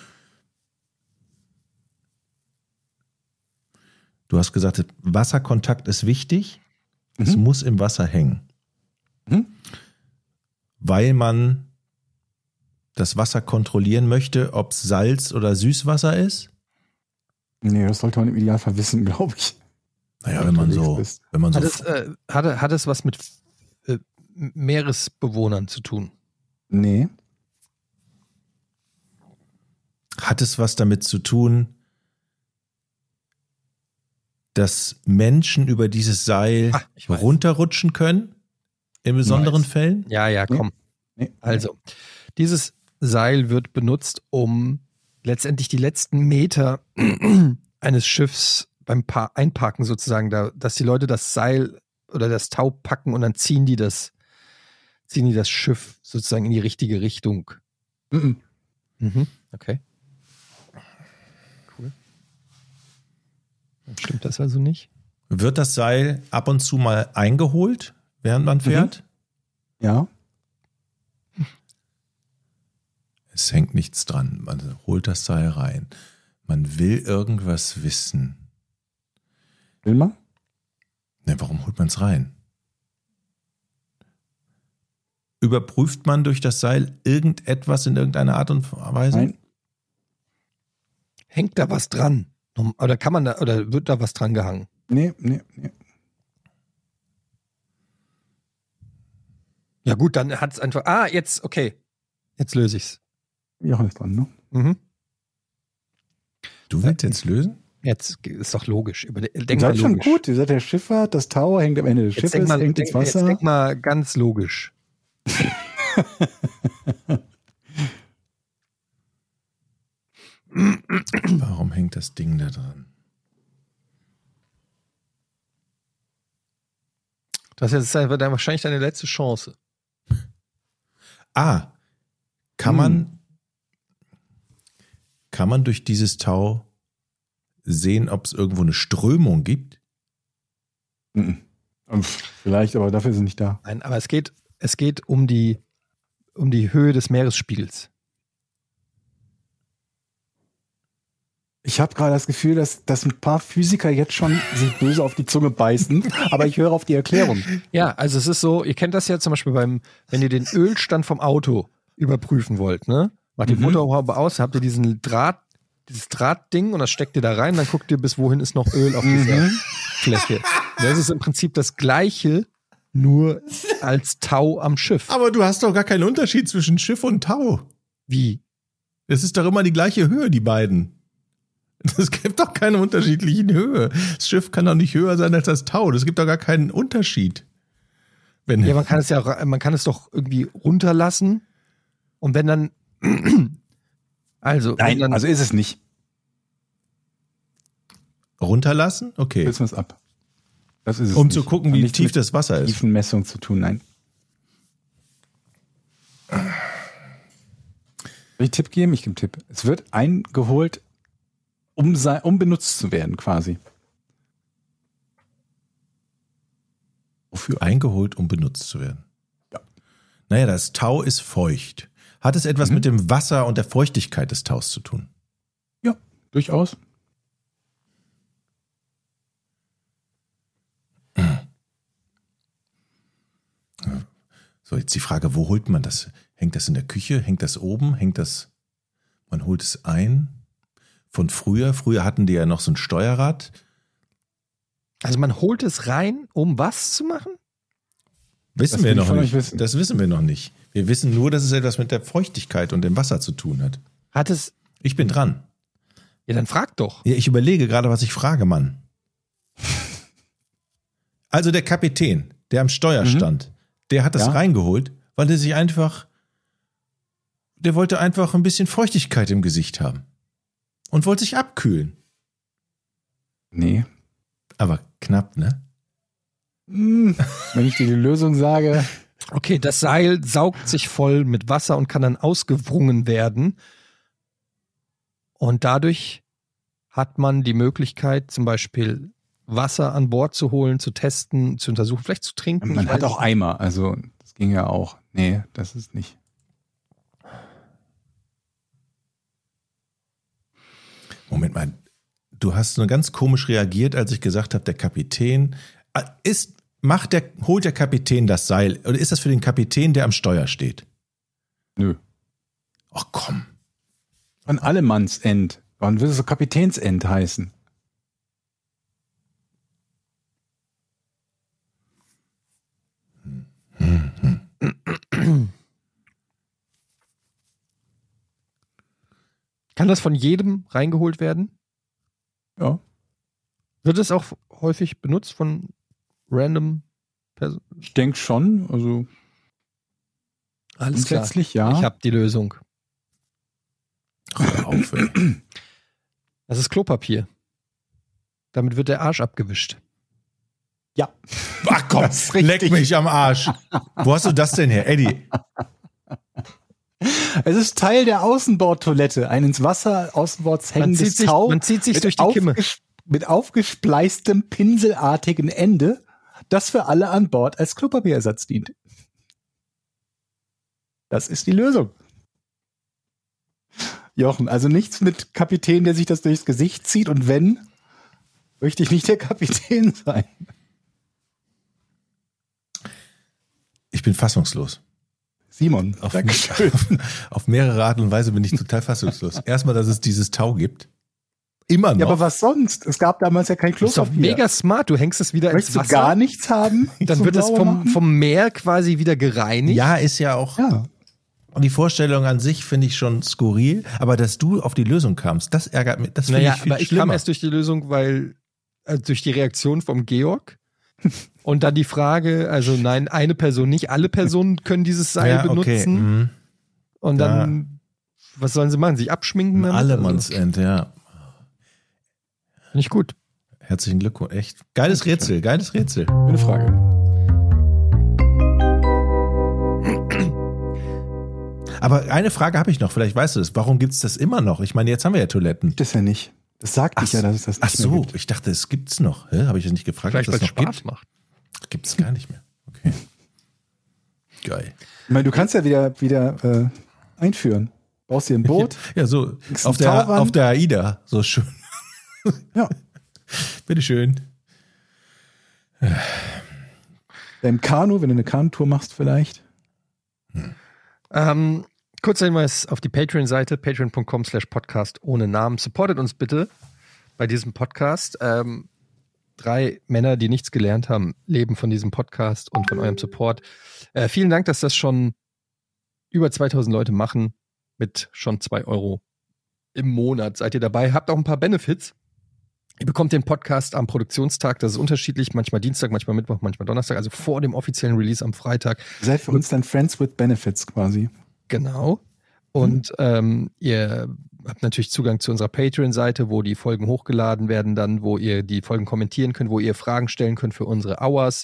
Speaker 6: Du hast gesagt, Wasserkontakt ist wichtig. Es
Speaker 7: Mhm.
Speaker 6: muss im Wasser hängen.
Speaker 7: Mhm.
Speaker 6: Weil man das Wasser kontrollieren möchte, ob es Salz oder Süßwasser ist.
Speaker 7: Nee, das sollte man im Idealfall wissen, glaube ich.
Speaker 6: Naja, wenn man so,
Speaker 5: Also
Speaker 7: Unterwegs bist.
Speaker 6: wenn man so,
Speaker 5: Hat es, äh, hat, hat es was mit äh, Meeresbewohnern zu tun?
Speaker 7: Nee.
Speaker 6: Hat es was damit zu tun, dass Menschen über dieses Seil
Speaker 5: Ah, ich weiß.
Speaker 6: runterrutschen können? In besonderen
Speaker 7: Nice.
Speaker 6: Fällen?
Speaker 5: Ja, ja,
Speaker 7: Nee.
Speaker 5: komm.
Speaker 7: nee.
Speaker 5: Also, dieses Seil wird benutzt, um letztendlich die letzten Meter eines Schiffs beim pa Einparken sozusagen, da, dass die Leute das Seil oder das Tau packen und dann ziehen die das, ziehen die das Schiff sozusagen in die richtige Richtung.
Speaker 7: Mhm.
Speaker 5: Mhm. Okay. Cool. Dann Stimmt das also nicht?
Speaker 6: Wird das Seil ab und zu mal eingeholt, während
Speaker 5: Mhm.
Speaker 6: man fährt?
Speaker 7: Ja.
Speaker 6: Es hängt nichts dran. Man holt das Seil rein. Man will irgendwas wissen.
Speaker 7: Will man?
Speaker 6: Ne, warum holt man es rein? Überprüft man durch das Seil irgendetwas in irgendeiner Art und Weise?
Speaker 5: Also
Speaker 7: Nein.
Speaker 5: Hängt da was dran? Nom- Oder kann man da, oder wird da was dran gehangen?
Speaker 7: Nee, nee, nee.
Speaker 5: Ja, gut, dann hat es einfach. Ah, jetzt, okay. Jetzt löse ich's.
Speaker 7: Jochen ist dran, ne?
Speaker 5: Mhm.
Speaker 6: Du willst jetzt lösen?
Speaker 5: Jetzt ge- ist doch logisch. Über
Speaker 7: Ihr
Speaker 5: denk mal
Speaker 7: seid schon
Speaker 5: logisch.
Speaker 7: gut. Ihr seid der Schiffer, das Tower hängt am Ende des
Speaker 5: Jetzt
Speaker 7: Schiffes,
Speaker 5: denk, mal,
Speaker 7: hängt
Speaker 5: denk,
Speaker 7: ins
Speaker 5: jetzt
Speaker 7: Wasser.
Speaker 5: denk mal ganz logisch.
Speaker 6: Warum hängt das Ding da dran?
Speaker 5: Das ist jetzt einfach dann wahrscheinlich deine letzte Chance.
Speaker 6: Ah, kann
Speaker 7: Hm.
Speaker 6: man kann man durch dieses Tau sehen, ob es irgendwo eine Strömung gibt?
Speaker 7: Mhm. Ähm, Vielleicht, aber dafür sind nicht da.
Speaker 5: Nein, aber es geht, es geht um die, um die Höhe des Meeresspiegels.
Speaker 7: Ich habe gerade das Gefühl, dass, dass ein paar Physiker jetzt schon sich böse auf die Zunge beißen, aber ich höre auf die Erklärung.
Speaker 5: Ja, also es ist so, ihr kennt das ja zum Beispiel beim, wenn ihr den Ölstand vom Auto überprüfen wollt, ne? Macht die
Speaker 7: Mhm.
Speaker 5: Motorhaube aus, habt ihr diesen Draht, dieses Drahtding und das steckt ihr da rein, dann guckt ihr, bis wohin ist noch Öl auf dieser
Speaker 7: Mhm.
Speaker 5: Fläche. Das ist im Prinzip das Gleiche, nur als Tau am Schiff.
Speaker 6: Aber du hast doch gar keinen Unterschied zwischen Schiff und Tau.
Speaker 5: Wie?
Speaker 6: Es ist doch immer die gleiche Höhe, die beiden. Es gibt doch keine unterschiedlichen Höhe. Das Schiff kann doch nicht höher sein als das Tau. Das gibt doch gar keinen Unterschied. Wenn
Speaker 5: Ja, man kann es ja, ra- man kann es doch irgendwie runterlassen und wenn dann, also, wenn dann,
Speaker 7: also ist es nicht.
Speaker 6: runterlassen? Okay.
Speaker 7: Kürzen wir es ab. Das ist es
Speaker 6: Um zu
Speaker 7: nicht.
Speaker 6: gucken,
Speaker 7: Hat
Speaker 6: wie
Speaker 7: nichts
Speaker 6: tief
Speaker 7: mit
Speaker 6: das Wasser ist.
Speaker 7: Tiefenmessung zu tun, nein. Soll ich Tipp geben? Ich gebe Tipp. Es wird eingeholt, um, sei, um benutzt zu werden, quasi.
Speaker 6: Wofür eingeholt, um benutzt zu werden? Naja, das Tau ist feucht. Hat es
Speaker 7: Mhm.
Speaker 6: etwas mit dem Wasser und der Feuchtigkeit des Taus zu tun?
Speaker 7: Ja, durchaus.
Speaker 6: So, jetzt die Frage, wo holt man das? Hängt das in der Küche? Hängt das oben? Hängt das, man holt es ein? Von früher? Früher hatten die ja noch so ein Steuerrad.
Speaker 5: also man holt es rein, um was zu machen?
Speaker 7: Das
Speaker 6: Wissen wir
Speaker 7: will ich
Speaker 6: noch
Speaker 7: von euch
Speaker 6: nicht.
Speaker 7: wissen.
Speaker 6: Das wissen wir noch nicht. Wir wissen nur, dass es etwas mit der Feuchtigkeit und dem Wasser zu tun hat.
Speaker 5: Hat es,
Speaker 6: Ich bin dran.
Speaker 5: ja dann frag doch.
Speaker 6: Ja, ich überlege gerade, was ich frage, Mann. Also der Kapitän, der am Steuer stand, der hat das
Speaker 7: Ja.
Speaker 6: reingeholt, weil der sich einfach, der wollte einfach ein bisschen Feuchtigkeit im Gesicht haben und wollte sich abkühlen.
Speaker 7: Nee.
Speaker 6: Aber knapp, ne?
Speaker 7: Hm, Wenn ich dir die Lösung sage,
Speaker 5: Okay, das Seil saugt sich voll mit Wasser und kann dann ausgewrungen werden. Und dadurch hat man die Möglichkeit, zum Beispiel Wasser an Bord zu holen, zu testen, zu untersuchen, vielleicht zu trinken.
Speaker 7: man
Speaker 5: Ich
Speaker 7: hat
Speaker 5: weiß-
Speaker 7: auch Eimer, also das ging ja auch. Nee, das ist nicht.
Speaker 6: Moment mal, du hast nur ganz komisch reagiert, als ich gesagt habe, der Kapitän Ah, ist macht der holt der Kapitän das Seil oder ist das für den Kapitän, der am Steuer steht?
Speaker 7: Nö.
Speaker 6: Ach komm.
Speaker 7: Von Allemannsend. Wann würde es so Kapitänsend heißen?
Speaker 5: das von jedem reingeholt werden?
Speaker 7: Ja.
Speaker 5: Wird es auch häufig benutzt von random Personen?
Speaker 7: Ich denke schon. Also
Speaker 5: Alles
Speaker 7: grundsätzlich ja.
Speaker 5: Ich habe die Lösung.
Speaker 6: Hör auf, ey.
Speaker 5: Das ist Klopapier. Damit wird der Arsch abgewischt.
Speaker 7: ja.
Speaker 6: Ach komm,
Speaker 7: ist richtig.
Speaker 6: leck mich am Arsch. Wo hast du das denn her, Eddie?
Speaker 7: Es ist Teil der Außenbordtoilette. Ein ins Wasser außenbords hängendes
Speaker 5: zieht sich-
Speaker 7: Tau.
Speaker 5: man zieht sich
Speaker 7: mit
Speaker 5: durch die Kimme.
Speaker 7: aufges- Mit aufgespleistem, pinselartigen Ende, das für alle an Bord als Klopapierersatz dient. Das ist die Lösung. Jochen, also nichts mit Kapitän, der sich das durchs Gesicht zieht und wenn, möchte ich nicht der Kapitän sein.
Speaker 6: Ich bin fassungslos.
Speaker 7: Simon,
Speaker 6: Auf, auf mehrere Art und Weise bin ich total fassungslos. Erstmal, dass es dieses Tau gibt. Immer noch.
Speaker 7: Ja, aber was sonst? Es gab damals ja kein
Speaker 5: Das ist doch
Speaker 7: Klopapier.
Speaker 5: mega smart. Du hängst es wieder
Speaker 7: Möchtest
Speaker 5: ins
Speaker 7: du
Speaker 5: Wasser.
Speaker 7: gar nichts haben?
Speaker 5: dann
Speaker 7: zum
Speaker 5: wird es
Speaker 7: sauber
Speaker 5: vom,
Speaker 7: machen?
Speaker 5: vom Meer quasi wieder gereinigt.
Speaker 6: ja, ist ja auch.
Speaker 7: Ja.
Speaker 6: Und die Vorstellung an sich finde ich schon skurril, aber dass du auf die Lösung kamst, das ärgert mich. Das finde
Speaker 5: naja,
Speaker 6: ich viel
Speaker 5: aber ich
Speaker 6: schlimmer.
Speaker 5: kam erst durch die Lösung, weil also durch die Reaktion vom Georg und dann die Frage, also nein, eine Person nicht, alle Personen können dieses Seil
Speaker 6: ja, okay.
Speaker 5: benutzen
Speaker 6: mhm.
Speaker 5: und dann was sollen sie machen? Sich abschminken? damit?
Speaker 6: Alle
Speaker 5: Also,
Speaker 6: Mannsend, ja.
Speaker 5: Nicht gut.
Speaker 6: Herzlichen Glückwunsch, echt. Geiles Rätsel, geiles Rätsel.
Speaker 7: Eine Frage.
Speaker 6: Aber eine Frage habe ich noch, vielleicht weißt du es. Warum gibt es das immer noch? Ich meine, jetzt haben wir ja Toiletten.
Speaker 7: Gibt es ja nicht. Das sagt dich ja, dass es das nicht
Speaker 6: Ach
Speaker 7: mehr
Speaker 6: so,
Speaker 7: gibt.
Speaker 6: ich dachte, es gibt's noch. Hä? Habe ich das nicht gefragt,
Speaker 5: Vielleicht,
Speaker 6: ob
Speaker 5: weil
Speaker 6: es
Speaker 5: es
Speaker 6: noch
Speaker 5: Spaß macht.
Speaker 6: gibt? Gibt's gar nicht mehr. Okay. Geil.
Speaker 7: Ich meine, du kannst ja wieder, wieder äh, einführen. Brauchst dir ein Boot?
Speaker 6: Ja, so
Speaker 7: Kriegst
Speaker 6: auf
Speaker 7: einen
Speaker 6: der,
Speaker 7: Tauran?
Speaker 6: auf der AIDA, so schön.
Speaker 7: Ja.
Speaker 6: Bitteschön.
Speaker 7: Deinem Kanu, wenn du eine Kanutour machst vielleicht.
Speaker 5: Ähm, kurzer Hinweis auf die Patreon-Seite, patreon.com slash podcast ohne Namen. Supportet uns bitte bei diesem Podcast. Ähm, drei Männer, die nichts gelernt haben, leben von diesem Podcast und von eurem Support. Äh, vielen Dank, dass das schon über 2000 Leute machen mit schon zwei Euro im Monat. Seid ihr dabei? Habt auch ein paar Benefits. Ihr bekommt den Podcast am Produktionstag, das ist unterschiedlich, manchmal Dienstag, manchmal Mittwoch, manchmal Donnerstag, also vor dem offiziellen Release am Freitag.
Speaker 7: Seid für uns dann Friends with Benefits quasi.
Speaker 5: Genau. Und ähm, ihr habt natürlich Zugang zu unserer Patreon-Seite, wo die Folgen hochgeladen werden, dann, wo ihr die Folgen kommentieren könnt, wo ihr Fragen stellen könnt für unsere Hours.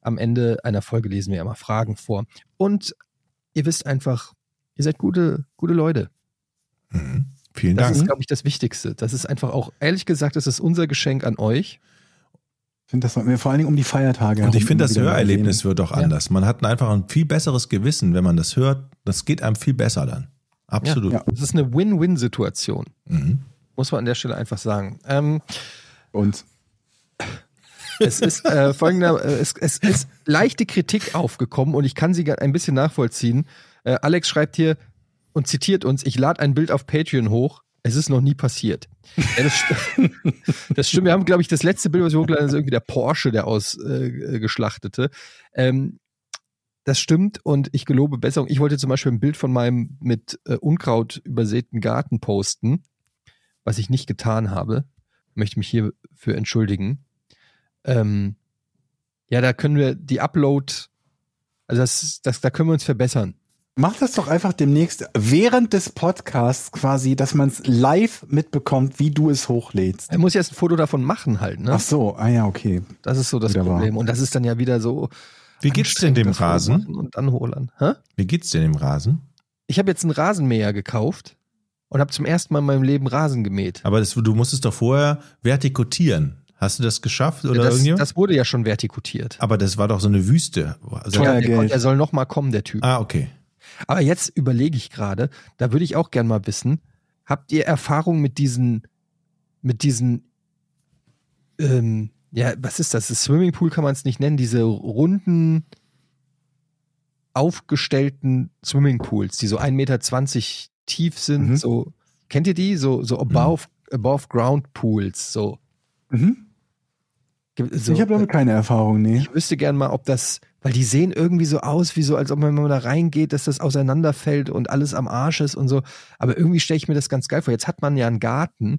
Speaker 5: Am Ende einer Folge lesen wir immer Fragen vor. Und ihr wisst einfach, ihr seid gute, gute Leute.
Speaker 6: Vielen
Speaker 5: Das ist,
Speaker 6: Dank.
Speaker 5: glaube ich, das Wichtigste. Das ist einfach auch, ehrlich gesagt, das ist unser Geschenk an euch.
Speaker 7: Ich finde, das sollten wir vor allen Dingen um die Feiertage
Speaker 6: Und ich
Speaker 7: herum
Speaker 6: finde, das
Speaker 7: immer wieder mal
Speaker 6: Hörerlebnis
Speaker 7: erwähnen.
Speaker 6: wird auch anders. Man hat einfach ein viel besseres Gewissen, wenn man das hört. Das geht einem viel besser dann. Absolut.
Speaker 7: Ja.
Speaker 5: Das ist eine Win-Win-Situation.
Speaker 6: Mhm.
Speaker 5: Muss man an der Stelle einfach sagen. Ähm,
Speaker 7: Und
Speaker 5: Es ist äh, folgender, äh, es, es ist leichte Kritik aufgekommen und ich kann sie gar- ein bisschen nachvollziehen. Äh, Alex schreibt hier und zitiert uns, ich lade ein Bild auf Patreon hoch, es ist noch nie passiert. Ja, das, st das stimmt, wir haben, glaube ich, das letzte Bild, was wir hochgeladen haben, ist irgendwie der Porsche, der ausgeschlachtete. ähm, das stimmt und ich gelobe Besserung. Ich wollte zum Beispiel ein Bild von meinem mit äh, Unkraut übersäten Garten posten, was ich nicht getan habe. Möchte mich hierfür entschuldigen. Ähm, ja, da können wir die Upload, also das, das, da können wir uns verbessern.
Speaker 7: macht das doch einfach demnächst während des Podcasts quasi, dass man es live mitbekommt, wie du es hochlädst.
Speaker 5: Er muss jetzt ein Foto davon machen halt, ne?
Speaker 7: Ach so, ah ja, okay.
Speaker 5: Das ist so das
Speaker 7: wieder wahr.
Speaker 5: Problem. Und das ist dann ja wieder so.
Speaker 6: Wie geht's denn dem
Speaker 5: das Foto
Speaker 6: Rasen?
Speaker 5: machen Und anholen. Hä?
Speaker 6: Wie geht's denn im Rasen?
Speaker 5: Ich habe jetzt einen Rasenmäher gekauft und habe zum ersten Mal in meinem Leben Rasen gemäht.
Speaker 6: Aber das, du musstest doch vorher vertikutieren. Hast du das geschafft oder
Speaker 5: das,
Speaker 6: irgendjemand?
Speaker 5: das wurde ja schon vertikutiert.
Speaker 6: Aber das war doch so eine Wüste. Also-
Speaker 7: Teuer
Speaker 5: Ja, der,
Speaker 7: Geld.
Speaker 5: kommt, der soll noch mal kommen, der Typ.
Speaker 6: Ah, okay.
Speaker 5: Aber jetzt überlege ich gerade, da würde ich auch gern mal wissen, habt ihr Erfahrung mit diesen, mit diesen, ähm, ja, was ist das? das Swimmingpool kann man es nicht nennen, diese runden, aufgestellten Swimmingpools, die so 1,20 Meter tief sind,
Speaker 7: Mhm.
Speaker 5: so, kennt ihr die? So, so above, above ground Pools, so.
Speaker 7: Mhm.
Speaker 5: Gibt- so
Speaker 7: ich habe damit keine Erfahrung, nee.
Speaker 5: ich wüsste gern mal, ob das Weil die sehen irgendwie so aus, wie so, als ob man, wenn man da reingeht, dass das auseinanderfällt und alles am Arsch ist und so. Aber irgendwie stelle ich mir das ganz geil vor. Jetzt hat man ja einen Garten.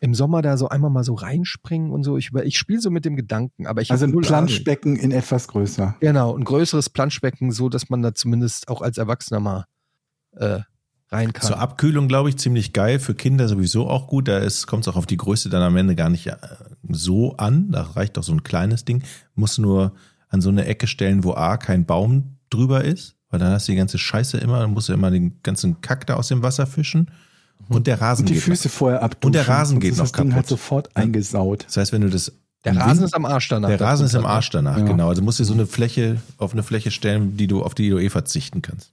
Speaker 5: Im Sommer da so einmal mal so reinspringen und so. Ich, über- ich spiele so mit dem Gedanken, aber ich hab
Speaker 7: Also ein
Speaker 5: null Ahnung.
Speaker 7: Planschbecken in etwas größer.
Speaker 5: Genau, ein größeres Planschbecken, so dass man da zumindest auch als Erwachsener mal äh, rein kann.
Speaker 6: Zur Abkühlung, glaube ich, ziemlich geil. Für Kinder sowieso auch gut. Da kommt es auch auf die Größe dann am Ende gar nicht äh, so an. Da reicht doch so ein kleines Ding. Muss nur an so eine Ecke stellen, wo A, kein Baum drüber ist. Weil dann hast du die ganze Scheiße immer. Dann musst du immer den ganzen Kack da aus dem Wasser fischen. Und der Rasen
Speaker 7: Und die
Speaker 6: geht
Speaker 7: Füße
Speaker 6: noch.
Speaker 7: vorher abduschen.
Speaker 6: Und der Rasen
Speaker 7: Sonst
Speaker 6: geht
Speaker 7: ist
Speaker 6: noch
Speaker 7: das Ding halt
Speaker 6: kaputt.
Speaker 7: sofort eingesaut.
Speaker 6: Das heißt, wenn du das.
Speaker 5: der
Speaker 6: im
Speaker 5: Rasen
Speaker 6: Win-
Speaker 5: ist am Arsch danach.
Speaker 6: Der Rasen ist im
Speaker 5: darunter, ne?
Speaker 6: Arsch danach,
Speaker 7: Ja.
Speaker 6: genau. Also musst du so eine Fläche auf eine Fläche stellen, die du, auf die du eh verzichten kannst.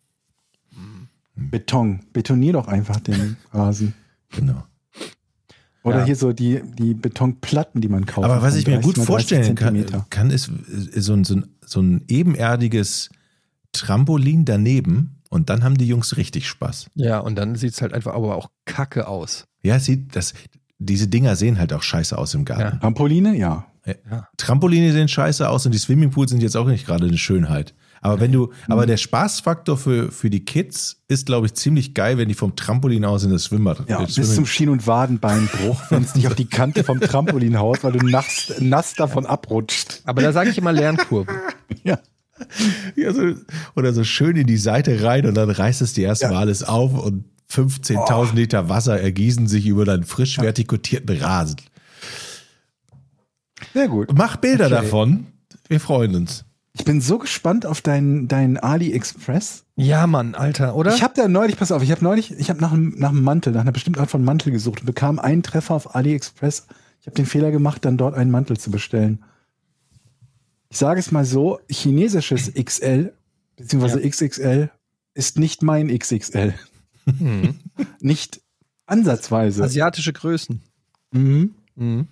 Speaker 7: Beton. Betonier doch einfach den Rasen.
Speaker 6: Genau.
Speaker 7: Oder
Speaker 5: Ja.
Speaker 7: hier so die, die Betonplatten, die man kauft.
Speaker 6: Aber was ich mir gut vorstellen kann,
Speaker 7: Zentimeter.
Speaker 6: kann ist, ist so, ein, so, ein, so ein ebenerdiges Trampolin daneben und dann haben die Jungs richtig Spaß.
Speaker 5: Ja, und dann sieht's halt einfach aber auch kacke aus.
Speaker 6: Ja, sieht das. Diese Dinger sehen halt auch scheiße aus im Garten.
Speaker 7: Trampoline, ja.
Speaker 6: Trampoline sehen scheiße aus und die Swimmingpools sind jetzt auch nicht gerade eine Schönheit. Aber wenn du, aber der Spaßfaktor für, für die Kids ist, glaube ich, ziemlich geil, wenn die vom Trampolin aus in das Schwimmbad.
Speaker 7: Ja,
Speaker 6: äh,
Speaker 7: bis zum Schien- und Wadenbeinbruch, wenn es nicht auf die Kante vom Trampolin haut, weil du nass, nass davon abrutscht.
Speaker 5: Aber da sage ich immer Lernkurve.
Speaker 7: Ja.
Speaker 6: Ja, so, also, oder so schön in die Seite rein und dann reißt es dir erstmal alles auf und 15.000 Liter Wasser ergießen sich über deinen frisch vertikutierten Rasen.
Speaker 7: Sehr gut.
Speaker 6: Mach Bilder davon. Wir freuen uns.
Speaker 7: Ich bin so gespannt auf deinen deinen AliExpress.
Speaker 5: ja, Mann, Alter, oder?
Speaker 7: Ich habe da neulich, pass auf, ich habe neulich, ich habe nach, einem- nach einem Mantel, nach einer bestimmten Art von Mantel gesucht und bekam einen Treffer auf AliExpress. Ich habe den Fehler gemacht, dann dort einen Mantel zu bestellen. Ich sage es mal so, chinesisches XL bzw. XXL ist nicht mein XXL.
Speaker 5: Mhm.
Speaker 7: Nicht ansatzweise.
Speaker 5: Asiatische Größen.
Speaker 7: mhm.
Speaker 5: Mhm.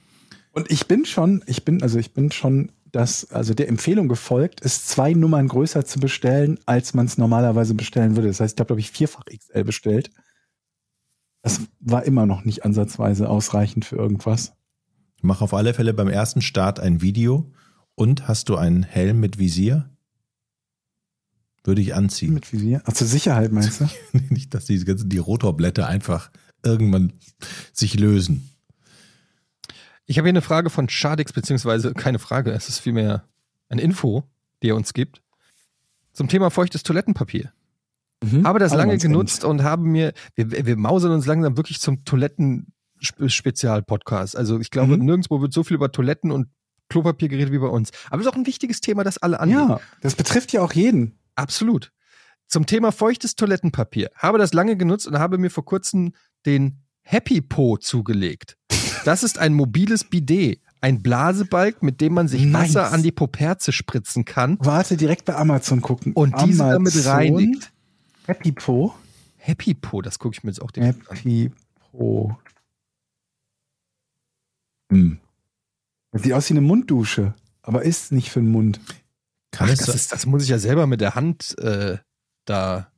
Speaker 7: Und ich bin schon, ich bin, also ich bin schon das, also der Empfehlung gefolgt, es zwei Nummern größer zu bestellen, als man es normalerweise bestellen würde. Das heißt, ich habe, glaube ich, vierfach XL bestellt. Das war immer noch nicht ansatzweise ausreichend für irgendwas.
Speaker 6: Mach auf alle Fälle beim ersten Start ein Video. Und hast du einen Helm mit Visier? Würde ich anziehen.
Speaker 7: Mit Visier. Ach, zur Sicherheit meinst du?
Speaker 6: Nicht, dass die, ganzen, die Rotorblätter einfach irgendwann sich lösen.
Speaker 5: Ich habe hier eine Frage von Schadix, beziehungsweise keine Frage, es ist vielmehr eine Info, die er uns gibt. Zum Thema feuchtes Toilettenpapier. Habe das
Speaker 7: Mhm. Alle
Speaker 5: lange
Speaker 7: waren's
Speaker 5: genutzt und habe mir, wir, wir mausern uns langsam wirklich zum Toiletten-Spezial-Podcast. Also ich glaube,
Speaker 7: Mhm.
Speaker 5: nirgendwo wird so viel über Toiletten und Klopapier geredet wie bei uns. Aber es ist auch ein wichtiges Thema, das alle angeht.
Speaker 7: Ja, das betrifft ja auch jeden.
Speaker 5: Absolut. Zum Thema feuchtes Toilettenpapier. Habe das lange genutzt und habe mir vor kurzem den Happy Po zugelegt. Das ist ein mobiles Bidet. Ein Blasebalg, mit dem man sich
Speaker 7: Nice.
Speaker 5: Wasser an die Poperze spritzen kann
Speaker 7: Warte direkt bei Amazon gucken.
Speaker 5: und diese damit reinigt.
Speaker 7: Happy Po.
Speaker 5: Happy Po, das gucke ich mir jetzt auch direkt an.
Speaker 7: Happy Po. Hm. Das sieht aus wie eine Munddusche, aber ist nicht für den Mund.
Speaker 6: Kann
Speaker 5: Ach,
Speaker 6: es
Speaker 5: das,
Speaker 6: sein-
Speaker 5: ist, das muss ich ja selber mit der Hand äh, da.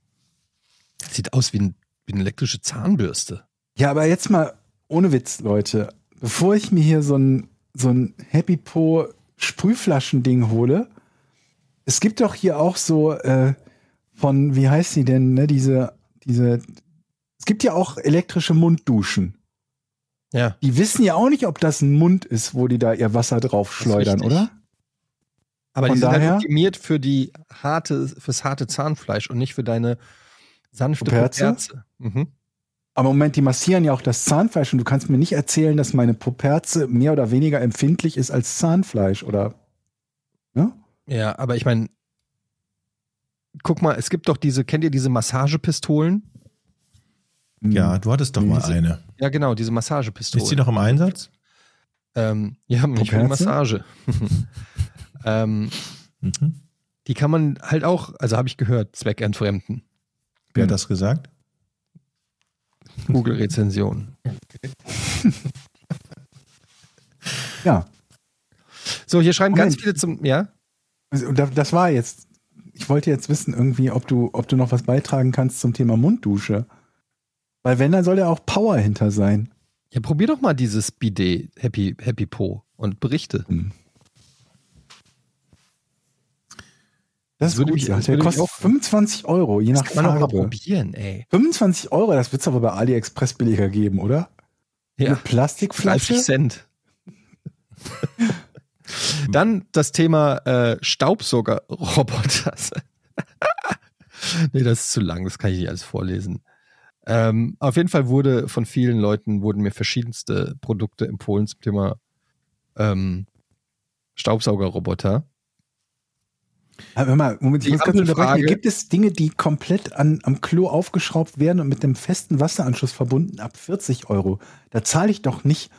Speaker 5: Sieht aus wie, ein, wie eine elektrische Zahnbürste.
Speaker 7: Ja, aber jetzt mal ohne Witz, Leute. Bevor ich mir hier so ein, so ein Happy Po Sprühflaschending hole, es gibt doch hier auch so äh, von, wie heißt die denn, ne, diese, diese, es gibt ja auch elektrische Mundduschen.
Speaker 5: Ja.
Speaker 7: Die wissen ja auch nicht, ob das ein Mund ist, wo die da ihr Wasser drauf schleudern,
Speaker 5: richtig.
Speaker 7: oder?
Speaker 5: Aber
Speaker 7: Von
Speaker 5: die sind
Speaker 7: daher-
Speaker 5: halt optimiert für die harte, fürs harte Zahnfleisch und nicht für deine sanfte
Speaker 7: Poperze?
Speaker 5: Poperze. Mhm.
Speaker 7: Aber im Moment, die massieren ja auch das Zahnfleisch und du kannst mir nicht erzählen, dass meine Poperze mehr oder weniger empfindlich ist als Zahnfleisch, oder? Ne?
Speaker 5: Ja, aber ich meine, guck mal, es gibt doch diese, kennt ihr diese Massagepistolen?
Speaker 7: hm,
Speaker 6: ja, du hattest doch mal
Speaker 7: Diese-
Speaker 6: eine.
Speaker 5: Ja, genau, diese Massagepistolen.
Speaker 6: Ist die noch im Einsatz?
Speaker 5: Ähm, ja, ich will
Speaker 7: Poperze?
Speaker 5: Massage. ähm,
Speaker 6: Mhm.
Speaker 5: die kann man halt auch, also habe ich gehört, zweckentfremden.
Speaker 6: Wer hat das gesagt?
Speaker 5: Google-Rezension.
Speaker 7: Ja.
Speaker 5: So, hier schreiben ganz
Speaker 7: Moment.
Speaker 5: viele zum, ja?
Speaker 7: Also, da- Das war jetzt. Ich wollte jetzt wissen, irgendwie, ob du, ob du noch was beitragen kannst zum Thema Munddusche. Weil wenn, dann soll ja auch Power hinter sein.
Speaker 5: Ja, probier doch mal dieses Bidet, Happy, Happy Po und berichte.
Speaker 7: Das ist
Speaker 5: Würde
Speaker 7: gut,
Speaker 5: ich-
Speaker 7: ja.
Speaker 5: das
Speaker 7: Der
Speaker 5: würde ich
Speaker 7: kostet
Speaker 5: auch-
Speaker 7: 25 Euro, je nach
Speaker 5: Das kann man auch mal
Speaker 7: Farbe.
Speaker 5: probieren, ey.
Speaker 7: 25 Euro, das wird es aber bei AliExpress billiger geben, oder? Eine
Speaker 5: Ja,
Speaker 7: Plastikflasche?
Speaker 5: 30 Cent. Dann das Thema äh, Staubsaugerroboter. nee, das ist zu lang, das kann ich nicht alles vorlesen. Ähm, auf jeden Fall wurde von vielen Leuten, wurden mir verschiedenste Produkte empfohlen zum Thema ähm, Staubsaugerroboter.
Speaker 7: Aber hör mal, Moment, ich
Speaker 5: Die
Speaker 7: muss kurz
Speaker 5: andere
Speaker 7: unterbrechen.
Speaker 5: Frage-
Speaker 7: Gibt es Dinge, die komplett an, am Klo aufgeschraubt werden und mit dem festen Wasseranschluss verbunden ab 40 Euro? Da zahle ich doch nicht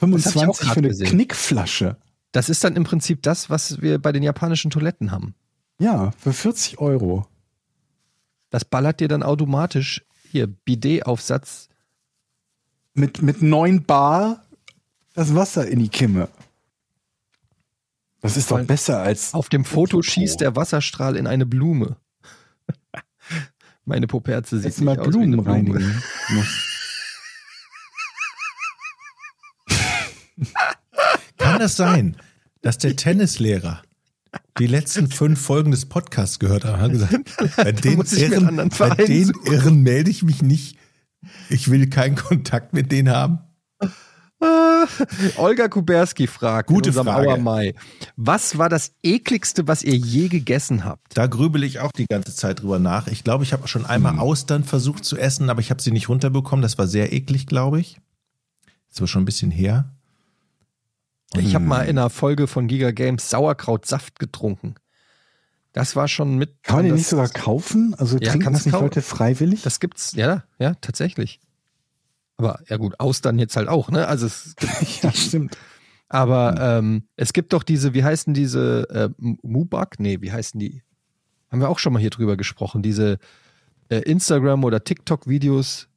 Speaker 5: hab ich auch
Speaker 7: 25
Speaker 5: grad
Speaker 7: für eine
Speaker 5: gesehen.
Speaker 7: Knickflasche.
Speaker 5: Das ist dann im Prinzip das, was wir bei den japanischen Toiletten haben.
Speaker 7: Ja, für 40 Euro.
Speaker 5: Das ballert dir dann automatisch hier Bidet-Aufsatz.
Speaker 7: Mit, mit 9 Bar das Wasser in die Kimme. Das ist doch
Speaker 5: Voll.
Speaker 7: besser als.
Speaker 5: Auf dem Foto
Speaker 7: Pro.
Speaker 5: schießt der Wasserstrahl in eine Blume. Meine Poperze sieht
Speaker 7: Jetzt
Speaker 5: nicht
Speaker 7: mal
Speaker 5: aus wie
Speaker 7: Blumen
Speaker 5: eine Blume.
Speaker 7: reinigen. muss.
Speaker 6: Kann das sein, dass der Tennislehrer die letzten fünf Folgen des Podcasts gehört hat und hat gesagt, bei den,
Speaker 5: muss ich mir einen
Speaker 6: Irren,
Speaker 5: anderen
Speaker 6: bei
Speaker 5: Verein
Speaker 6: den
Speaker 5: suchen.
Speaker 6: Irren melde ich mich nicht. Ich will keinen Kontakt mit denen haben.
Speaker 5: Ah, Olga Kuberski fragt
Speaker 6: Gute
Speaker 5: in unserem
Speaker 6: Frage.
Speaker 5: Auer Mai. Was war das ekligste, was ihr je gegessen habt?
Speaker 6: Da grübel ich auch die ganze Zeit drüber nach. Ich glaube, ich habe schon einmal Austern versucht zu essen, aber ich habe sie nicht runterbekommen. Das war sehr eklig, glaube ich. Das war schon ein bisschen her.
Speaker 5: Ich habe
Speaker 7: Hm.
Speaker 5: mal in einer Folge von Giga Games Sauerkrautsaft getrunken. Das war schon mit.
Speaker 7: Kann man den
Speaker 5: das,
Speaker 7: nicht sogar kaufen? Also
Speaker 5: Ja,
Speaker 7: trinken
Speaker 5: kannst
Speaker 7: das nicht
Speaker 5: kaufen.
Speaker 7: Leute freiwillig?
Speaker 5: Das gibt's, ja, ja, tatsächlich. Aber ja gut, Austern jetzt halt auch, ne? Also es gibt
Speaker 7: ja, stimmt. Hm.
Speaker 5: Aber ähm, es gibt doch diese, wie heißen diese äh, M- Mubak? Nee, wie heißen die? Haben wir auch schon mal hier drüber gesprochen, diese äh, Instagram- oder TikTok-Videos,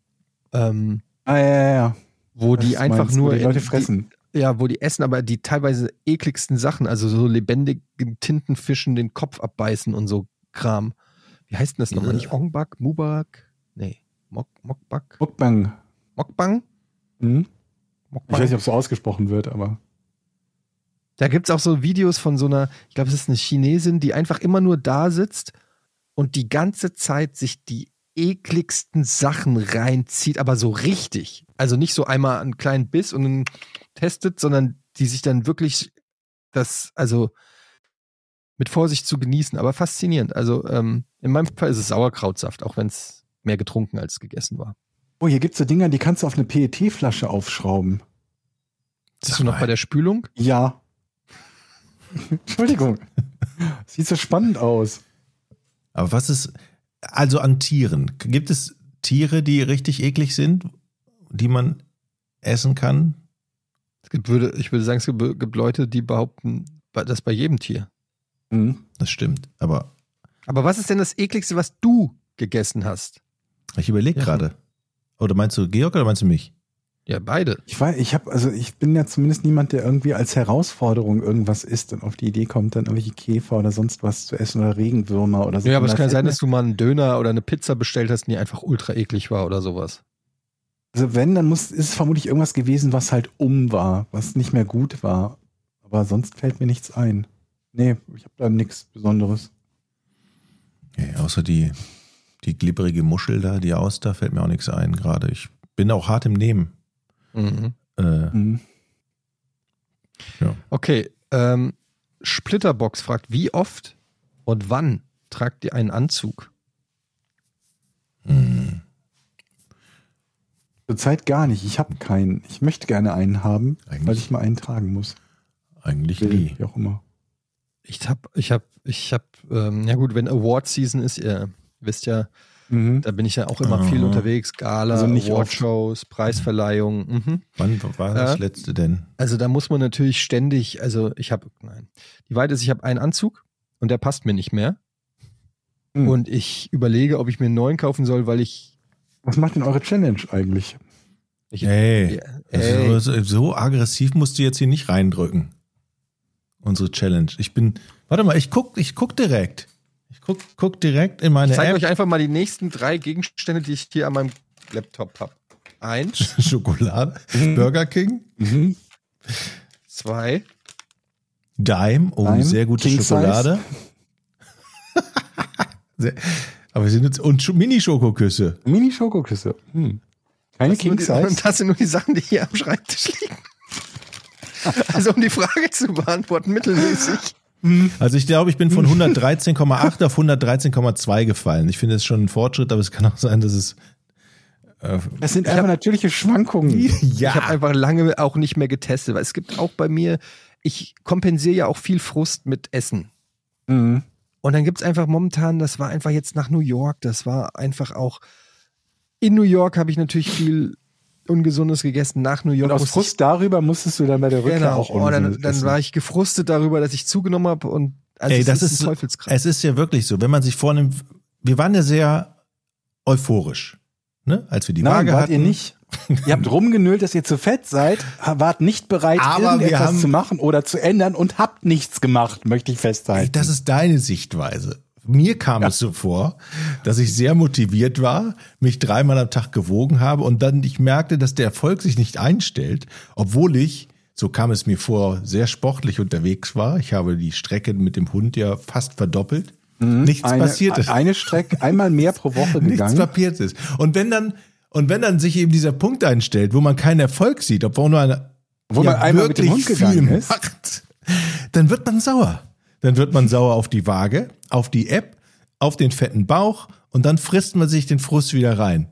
Speaker 5: ähm,
Speaker 7: Ah, ja, ja, ja.
Speaker 5: wo die
Speaker 7: Das
Speaker 5: einfach
Speaker 7: meinst du,
Speaker 5: nur
Speaker 7: Die Leute
Speaker 5: in-
Speaker 7: fressen.
Speaker 5: Die, ja, wo die essen, aber die teilweise ekligsten Sachen, also so lebendigen Tintenfischen den Kopf abbeißen und so Kram. Wie heißt denn das nochmal?
Speaker 6: Ja.
Speaker 5: Nicht Ongbak, Mubak? Nee, Mok, Mokbak?
Speaker 7: Mukbang.
Speaker 5: Mokbang?
Speaker 7: Hm? Ich
Speaker 5: Mokbang?
Speaker 7: weiß nicht, ob es so ausgesprochen wird, aber.
Speaker 5: Da gibt es auch so Videos von so einer, ich glaube, es ist eine Chinesin, die einfach immer nur da sitzt und die ganze Zeit sich die ekligsten Sachen reinzieht, aber so richtig. Also nicht so einmal einen kleinen Biss und dann testet, sondern die sich dann wirklich das, also mit Vorsicht zu genießen, aber faszinierend. Also ähm, in meinem Fall ist es Sauerkrautsaft, auch wenn es mehr getrunken als gegessen war.
Speaker 7: Oh, hier gibt es so Dinger, die kannst du auf eine PET-Flasche aufschrauben.
Speaker 5: Bist du noch bei der Spülung?
Speaker 7: Ja. Entschuldigung. Sieht so spannend aus.
Speaker 6: Aber was ist, also an Tieren. Gibt es Tiere, die richtig eklig sind, die man essen kann?
Speaker 5: Es gibt, würde, ich würde sagen, es gibt, gibt Leute, die behaupten, das bei jedem Tier.
Speaker 7: Hm.
Speaker 6: Das stimmt. Aber
Speaker 5: Aber was ist denn das ekligste, was du gegessen hast?
Speaker 6: ich überlege
Speaker 5: Ja.
Speaker 6: gerade. Oder meinst du Georg oder meinst du mich?
Speaker 5: Ja, beide.
Speaker 7: Ich weiß, ich habe, also ich bin ja zumindest niemand, der irgendwie als Herausforderung irgendwas isst und auf die Idee kommt, dann irgendwelche Käfer oder sonst was zu essen oder Regenwürmer oder so.
Speaker 5: Ja, aber es
Speaker 7: Das
Speaker 5: kann
Speaker 7: hätte
Speaker 5: sein,
Speaker 7: mir-
Speaker 5: dass du mal einen Döner oder eine Pizza bestellt hast, die einfach ultra eklig war oder sowas.
Speaker 7: Also wenn, dann muss, ist es vermutlich irgendwas gewesen, was halt um war, was nicht mehr gut war. Aber sonst fällt mir nichts ein. Nee, ich habe da nichts Besonderes.
Speaker 6: Ja, außer die, die glibberige Muschel da, die Auster, fällt mir auch nichts ein gerade. Ich bin auch hart im Nehmen. Äh,
Speaker 7: Mhm.
Speaker 5: Okay, ähm, Splitterbox fragt, wie oft und wann tragt ihr einen Anzug?
Speaker 7: Zurzeit gar nicht. Ich habe keinen. Ich möchte gerne einen haben,
Speaker 6: Eigentlich-
Speaker 7: weil ich mal einen tragen muss.
Speaker 6: eigentlich nie.
Speaker 7: Wie auch immer.
Speaker 5: Ich hab, ich hab, ich hab, ähm, ja gut, wenn Award Season ist, ihr wisst ja,
Speaker 7: Mhm.
Speaker 5: da bin ich ja auch immer viel
Speaker 6: Aha.
Speaker 5: unterwegs, Gala,
Speaker 7: Also nicht
Speaker 5: Award
Speaker 7: oft.
Speaker 5: Shows, Preisverleihungen. Mhm.
Speaker 6: Wann war das
Speaker 5: Äh?
Speaker 6: letzte denn?
Speaker 5: Also da muss man natürlich ständig, also ich habe, nein. Die Weite ist, ich habe einen Anzug und der passt mir nicht mehr.
Speaker 7: Hm.
Speaker 5: Und ich überlege, ob ich mir einen neuen kaufen soll, weil ich.
Speaker 7: Was macht denn eure Challenge eigentlich?
Speaker 5: ich
Speaker 6: Ey,
Speaker 5: Ja,
Speaker 6: also
Speaker 5: ey.
Speaker 6: So, so aggressiv musst du jetzt hier nicht reindrücken. Unsere Challenge. Ich bin, warte mal, ich guck, ich guck direkt. Ich guck, guck direkt in
Speaker 5: ich
Speaker 6: meine
Speaker 5: zeige euch
Speaker 6: App.
Speaker 5: einfach mal die nächsten drei Gegenstände, die ich hier an meinem Laptop habe. Eins,
Speaker 6: Schokolade, Burger King,
Speaker 7: Mhm.
Speaker 5: zwei,
Speaker 6: Dime, oh,
Speaker 7: Dime,
Speaker 6: sehr gute
Speaker 7: King Size.
Speaker 6: Schokolade. Sehr- Aber sie nutzt und Schu- Mini-Schokoküsse.
Speaker 7: Mini-Schokoküsse. Hm. Keine
Speaker 5: Das sind nur die-
Speaker 7: King-Size.
Speaker 5: Das sind nur die Sachen, die hier am Schreibtisch liegen. Also um die Frage zu beantworten, mittelmäßig.
Speaker 6: Also ich glaube, ich bin von 113,8 auf 113,2 gefallen. Ich finde es schon ein Fortschritt, aber es kann auch sein, dass es
Speaker 7: Das sind einfach natürliche Schwankungen.
Speaker 5: Ich habe einfach lange auch nicht mehr getestet, weil es gibt auch bei mir, ich kompensiere ja auch viel Frust mit Essen.
Speaker 7: Mhm.
Speaker 5: Und dann gibt's einfach momentan, das war einfach jetzt nach New York, das war einfach auch. In New York habe ich natürlich viel Ungesundes gegessen. Nach New York
Speaker 7: Und aus
Speaker 5: musste ich-
Speaker 7: Frust darüber musstest du dann bei der Rückkehr
Speaker 5: Genau.
Speaker 7: auch
Speaker 5: Oh, dann,
Speaker 7: ungesund
Speaker 5: dann
Speaker 7: essen.
Speaker 5: war ich gefrustet darüber, dass ich zugenommen habe und also
Speaker 6: Ey,
Speaker 5: es
Speaker 6: das ist,
Speaker 5: ein Teufelskreis.
Speaker 6: es ist ja wirklich so, wenn man sich vornimmt, wir waren ja sehr euphorisch, ne, als wir die
Speaker 7: Nein,
Speaker 6: Waage
Speaker 7: wart
Speaker 6: hatten.
Speaker 7: ihr nicht. ihr habt rumgenölt, dass ihr zu fett seid, wart nicht bereit,
Speaker 6: Aber wir
Speaker 7: irgendetwas
Speaker 6: haben-
Speaker 7: zu machen oder zu ändern und habt nichts gemacht, möchte ich
Speaker 6: Ey,
Speaker 7: festhalten.
Speaker 6: das ist deine Sichtweise. Mir kam es so vor, dass ich sehr motiviert war, mich dreimal am Tag gewogen habe und dann ich merkte, dass der Erfolg sich nicht einstellt, obwohl ich, so kam es mir vor, sehr sportlich unterwegs war. Ich habe die Strecke mit dem Hund ja fast verdoppelt. Nichts
Speaker 7: eine,
Speaker 6: passiert ist.
Speaker 7: eine Strecke einmal mehr pro Woche
Speaker 6: Nichts
Speaker 7: gegangen.
Speaker 6: papiert ist. Und wenn dann, und wenn dann sich eben dieser Punkt einstellt, wo man keinen Erfolg sieht, obwohl nur eine,
Speaker 7: Wo man einmal mit dem Hund gegangen ist.
Speaker 6: macht, dann wird man sauer. Dann wird man sauer auf die Waage, auf die App, auf den fetten Bauch und dann frisst man sich den Frust wieder rein.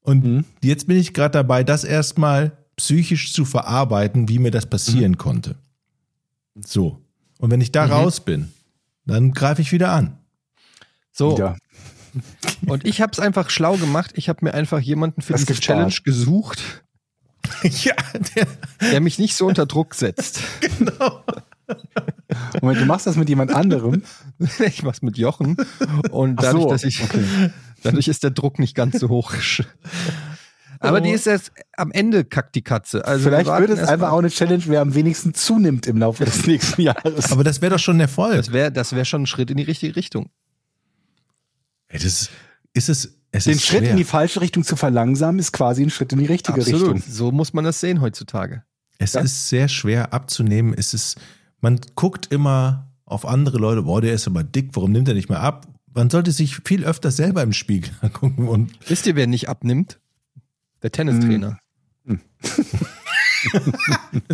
Speaker 6: Und jetzt bin ich gerade dabei, das erstmal psychisch zu verarbeiten, wie mir das passieren konnte. So. Und wenn ich da raus bin, dann greife ich wieder an.
Speaker 5: So,
Speaker 7: Wieder.
Speaker 5: und ich habe es einfach schlau gemacht. Ich habe mir einfach jemanden für
Speaker 7: Das
Speaker 5: diese
Speaker 7: gespart.
Speaker 5: Challenge gesucht,
Speaker 6: ja, der,
Speaker 5: der mich nicht so unter Druck setzt.
Speaker 7: Moment, du machst das mit jemand anderem.
Speaker 5: Ich mach's mit Jochen. Und
Speaker 7: Ach
Speaker 5: dadurch,
Speaker 7: so,
Speaker 5: dass ich, dadurch ist der Druck nicht ganz so hoch. Aber die ist erst am Ende kackt die Katze. Also wir
Speaker 7: Vielleicht
Speaker 5: warten
Speaker 7: wird es
Speaker 5: erst
Speaker 7: einfach
Speaker 5: mal.
Speaker 7: auch eine Challenge, wer am wenigsten zunimmt im Laufe des nächsten Jahres.
Speaker 6: Aber das wäre doch schon ein Erfolg.
Speaker 5: Das wäre das wär schon ein Schritt in die richtige Richtung.
Speaker 6: Ey, das ist, ist es, es
Speaker 7: Den
Speaker 6: ist
Speaker 7: Schritt
Speaker 6: schwer.
Speaker 7: in die falsche Richtung zu verlangsamen, ist quasi ein Schritt in die richtige Richtung.
Speaker 5: So muss man das sehen heutzutage.
Speaker 6: es ist sehr schwer abzunehmen. Es ist, man guckt immer auf andere Leute, boah, der ist aber dick, warum nimmt er nicht mehr ab? Man sollte sich viel öfter selber im Spiegel angucken und
Speaker 5: Wisst ihr, wer nicht abnimmt? Der Tennistrainer.
Speaker 6: ein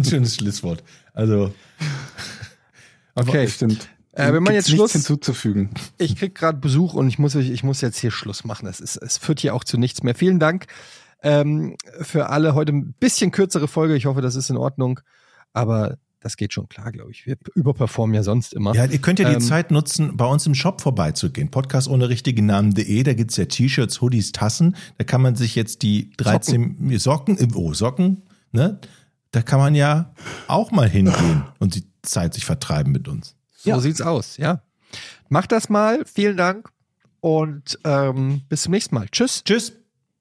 Speaker 6: schönes Schlusswort. Also,
Speaker 5: Okay,
Speaker 7: stimmt.
Speaker 5: Äh, wenn man
Speaker 7: Gibt's
Speaker 5: jetzt
Speaker 7: nichts
Speaker 5: Schluss-
Speaker 7: hinzuzufügen.
Speaker 5: ich krieg gerade Besuch und ich muss, euch- ich muss jetzt hier Schluss machen. Das ist, es führt hier auch zu nichts mehr. Vielen Dank ähm, für alle. Heute ein bisschen kürzere Folge. Ich hoffe, das ist in Ordnung. Aber das geht schon klar, glaube ich. Wir überperformen ja sonst immer.
Speaker 6: ja, ihr könnt ja die
Speaker 5: Ähm,
Speaker 6: Zeit nutzen, bei uns im Shop vorbeizugehen. Podcast ohne richtigen Namen.de, da gibt's ja T-Shirts, Hoodies, Tassen. Da kann man sich jetzt die 13 Socken, Socken oh, Socken, ne? Da kann man ja auch mal hingehen und die Zeit sich vertreiben mit uns.
Speaker 5: So sieht's aus, ja. Macht das mal. Vielen Dank. Und ähm, bis zum nächsten Mal. Tschüss.
Speaker 6: Tschüss.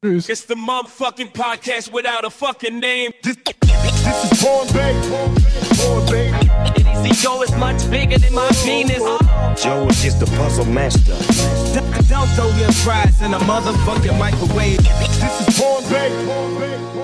Speaker 1: It's the motherfucking podcast without a fucking name.
Speaker 2: This is Porn Bay. Porn Bay.
Speaker 3: Easy yo is much bigger than my penis.
Speaker 8: Joe is just a puzzle master.
Speaker 4: Don't throw your fries in a motherfucking microwave.
Speaker 2: This is Porn Bay. Porn Bay.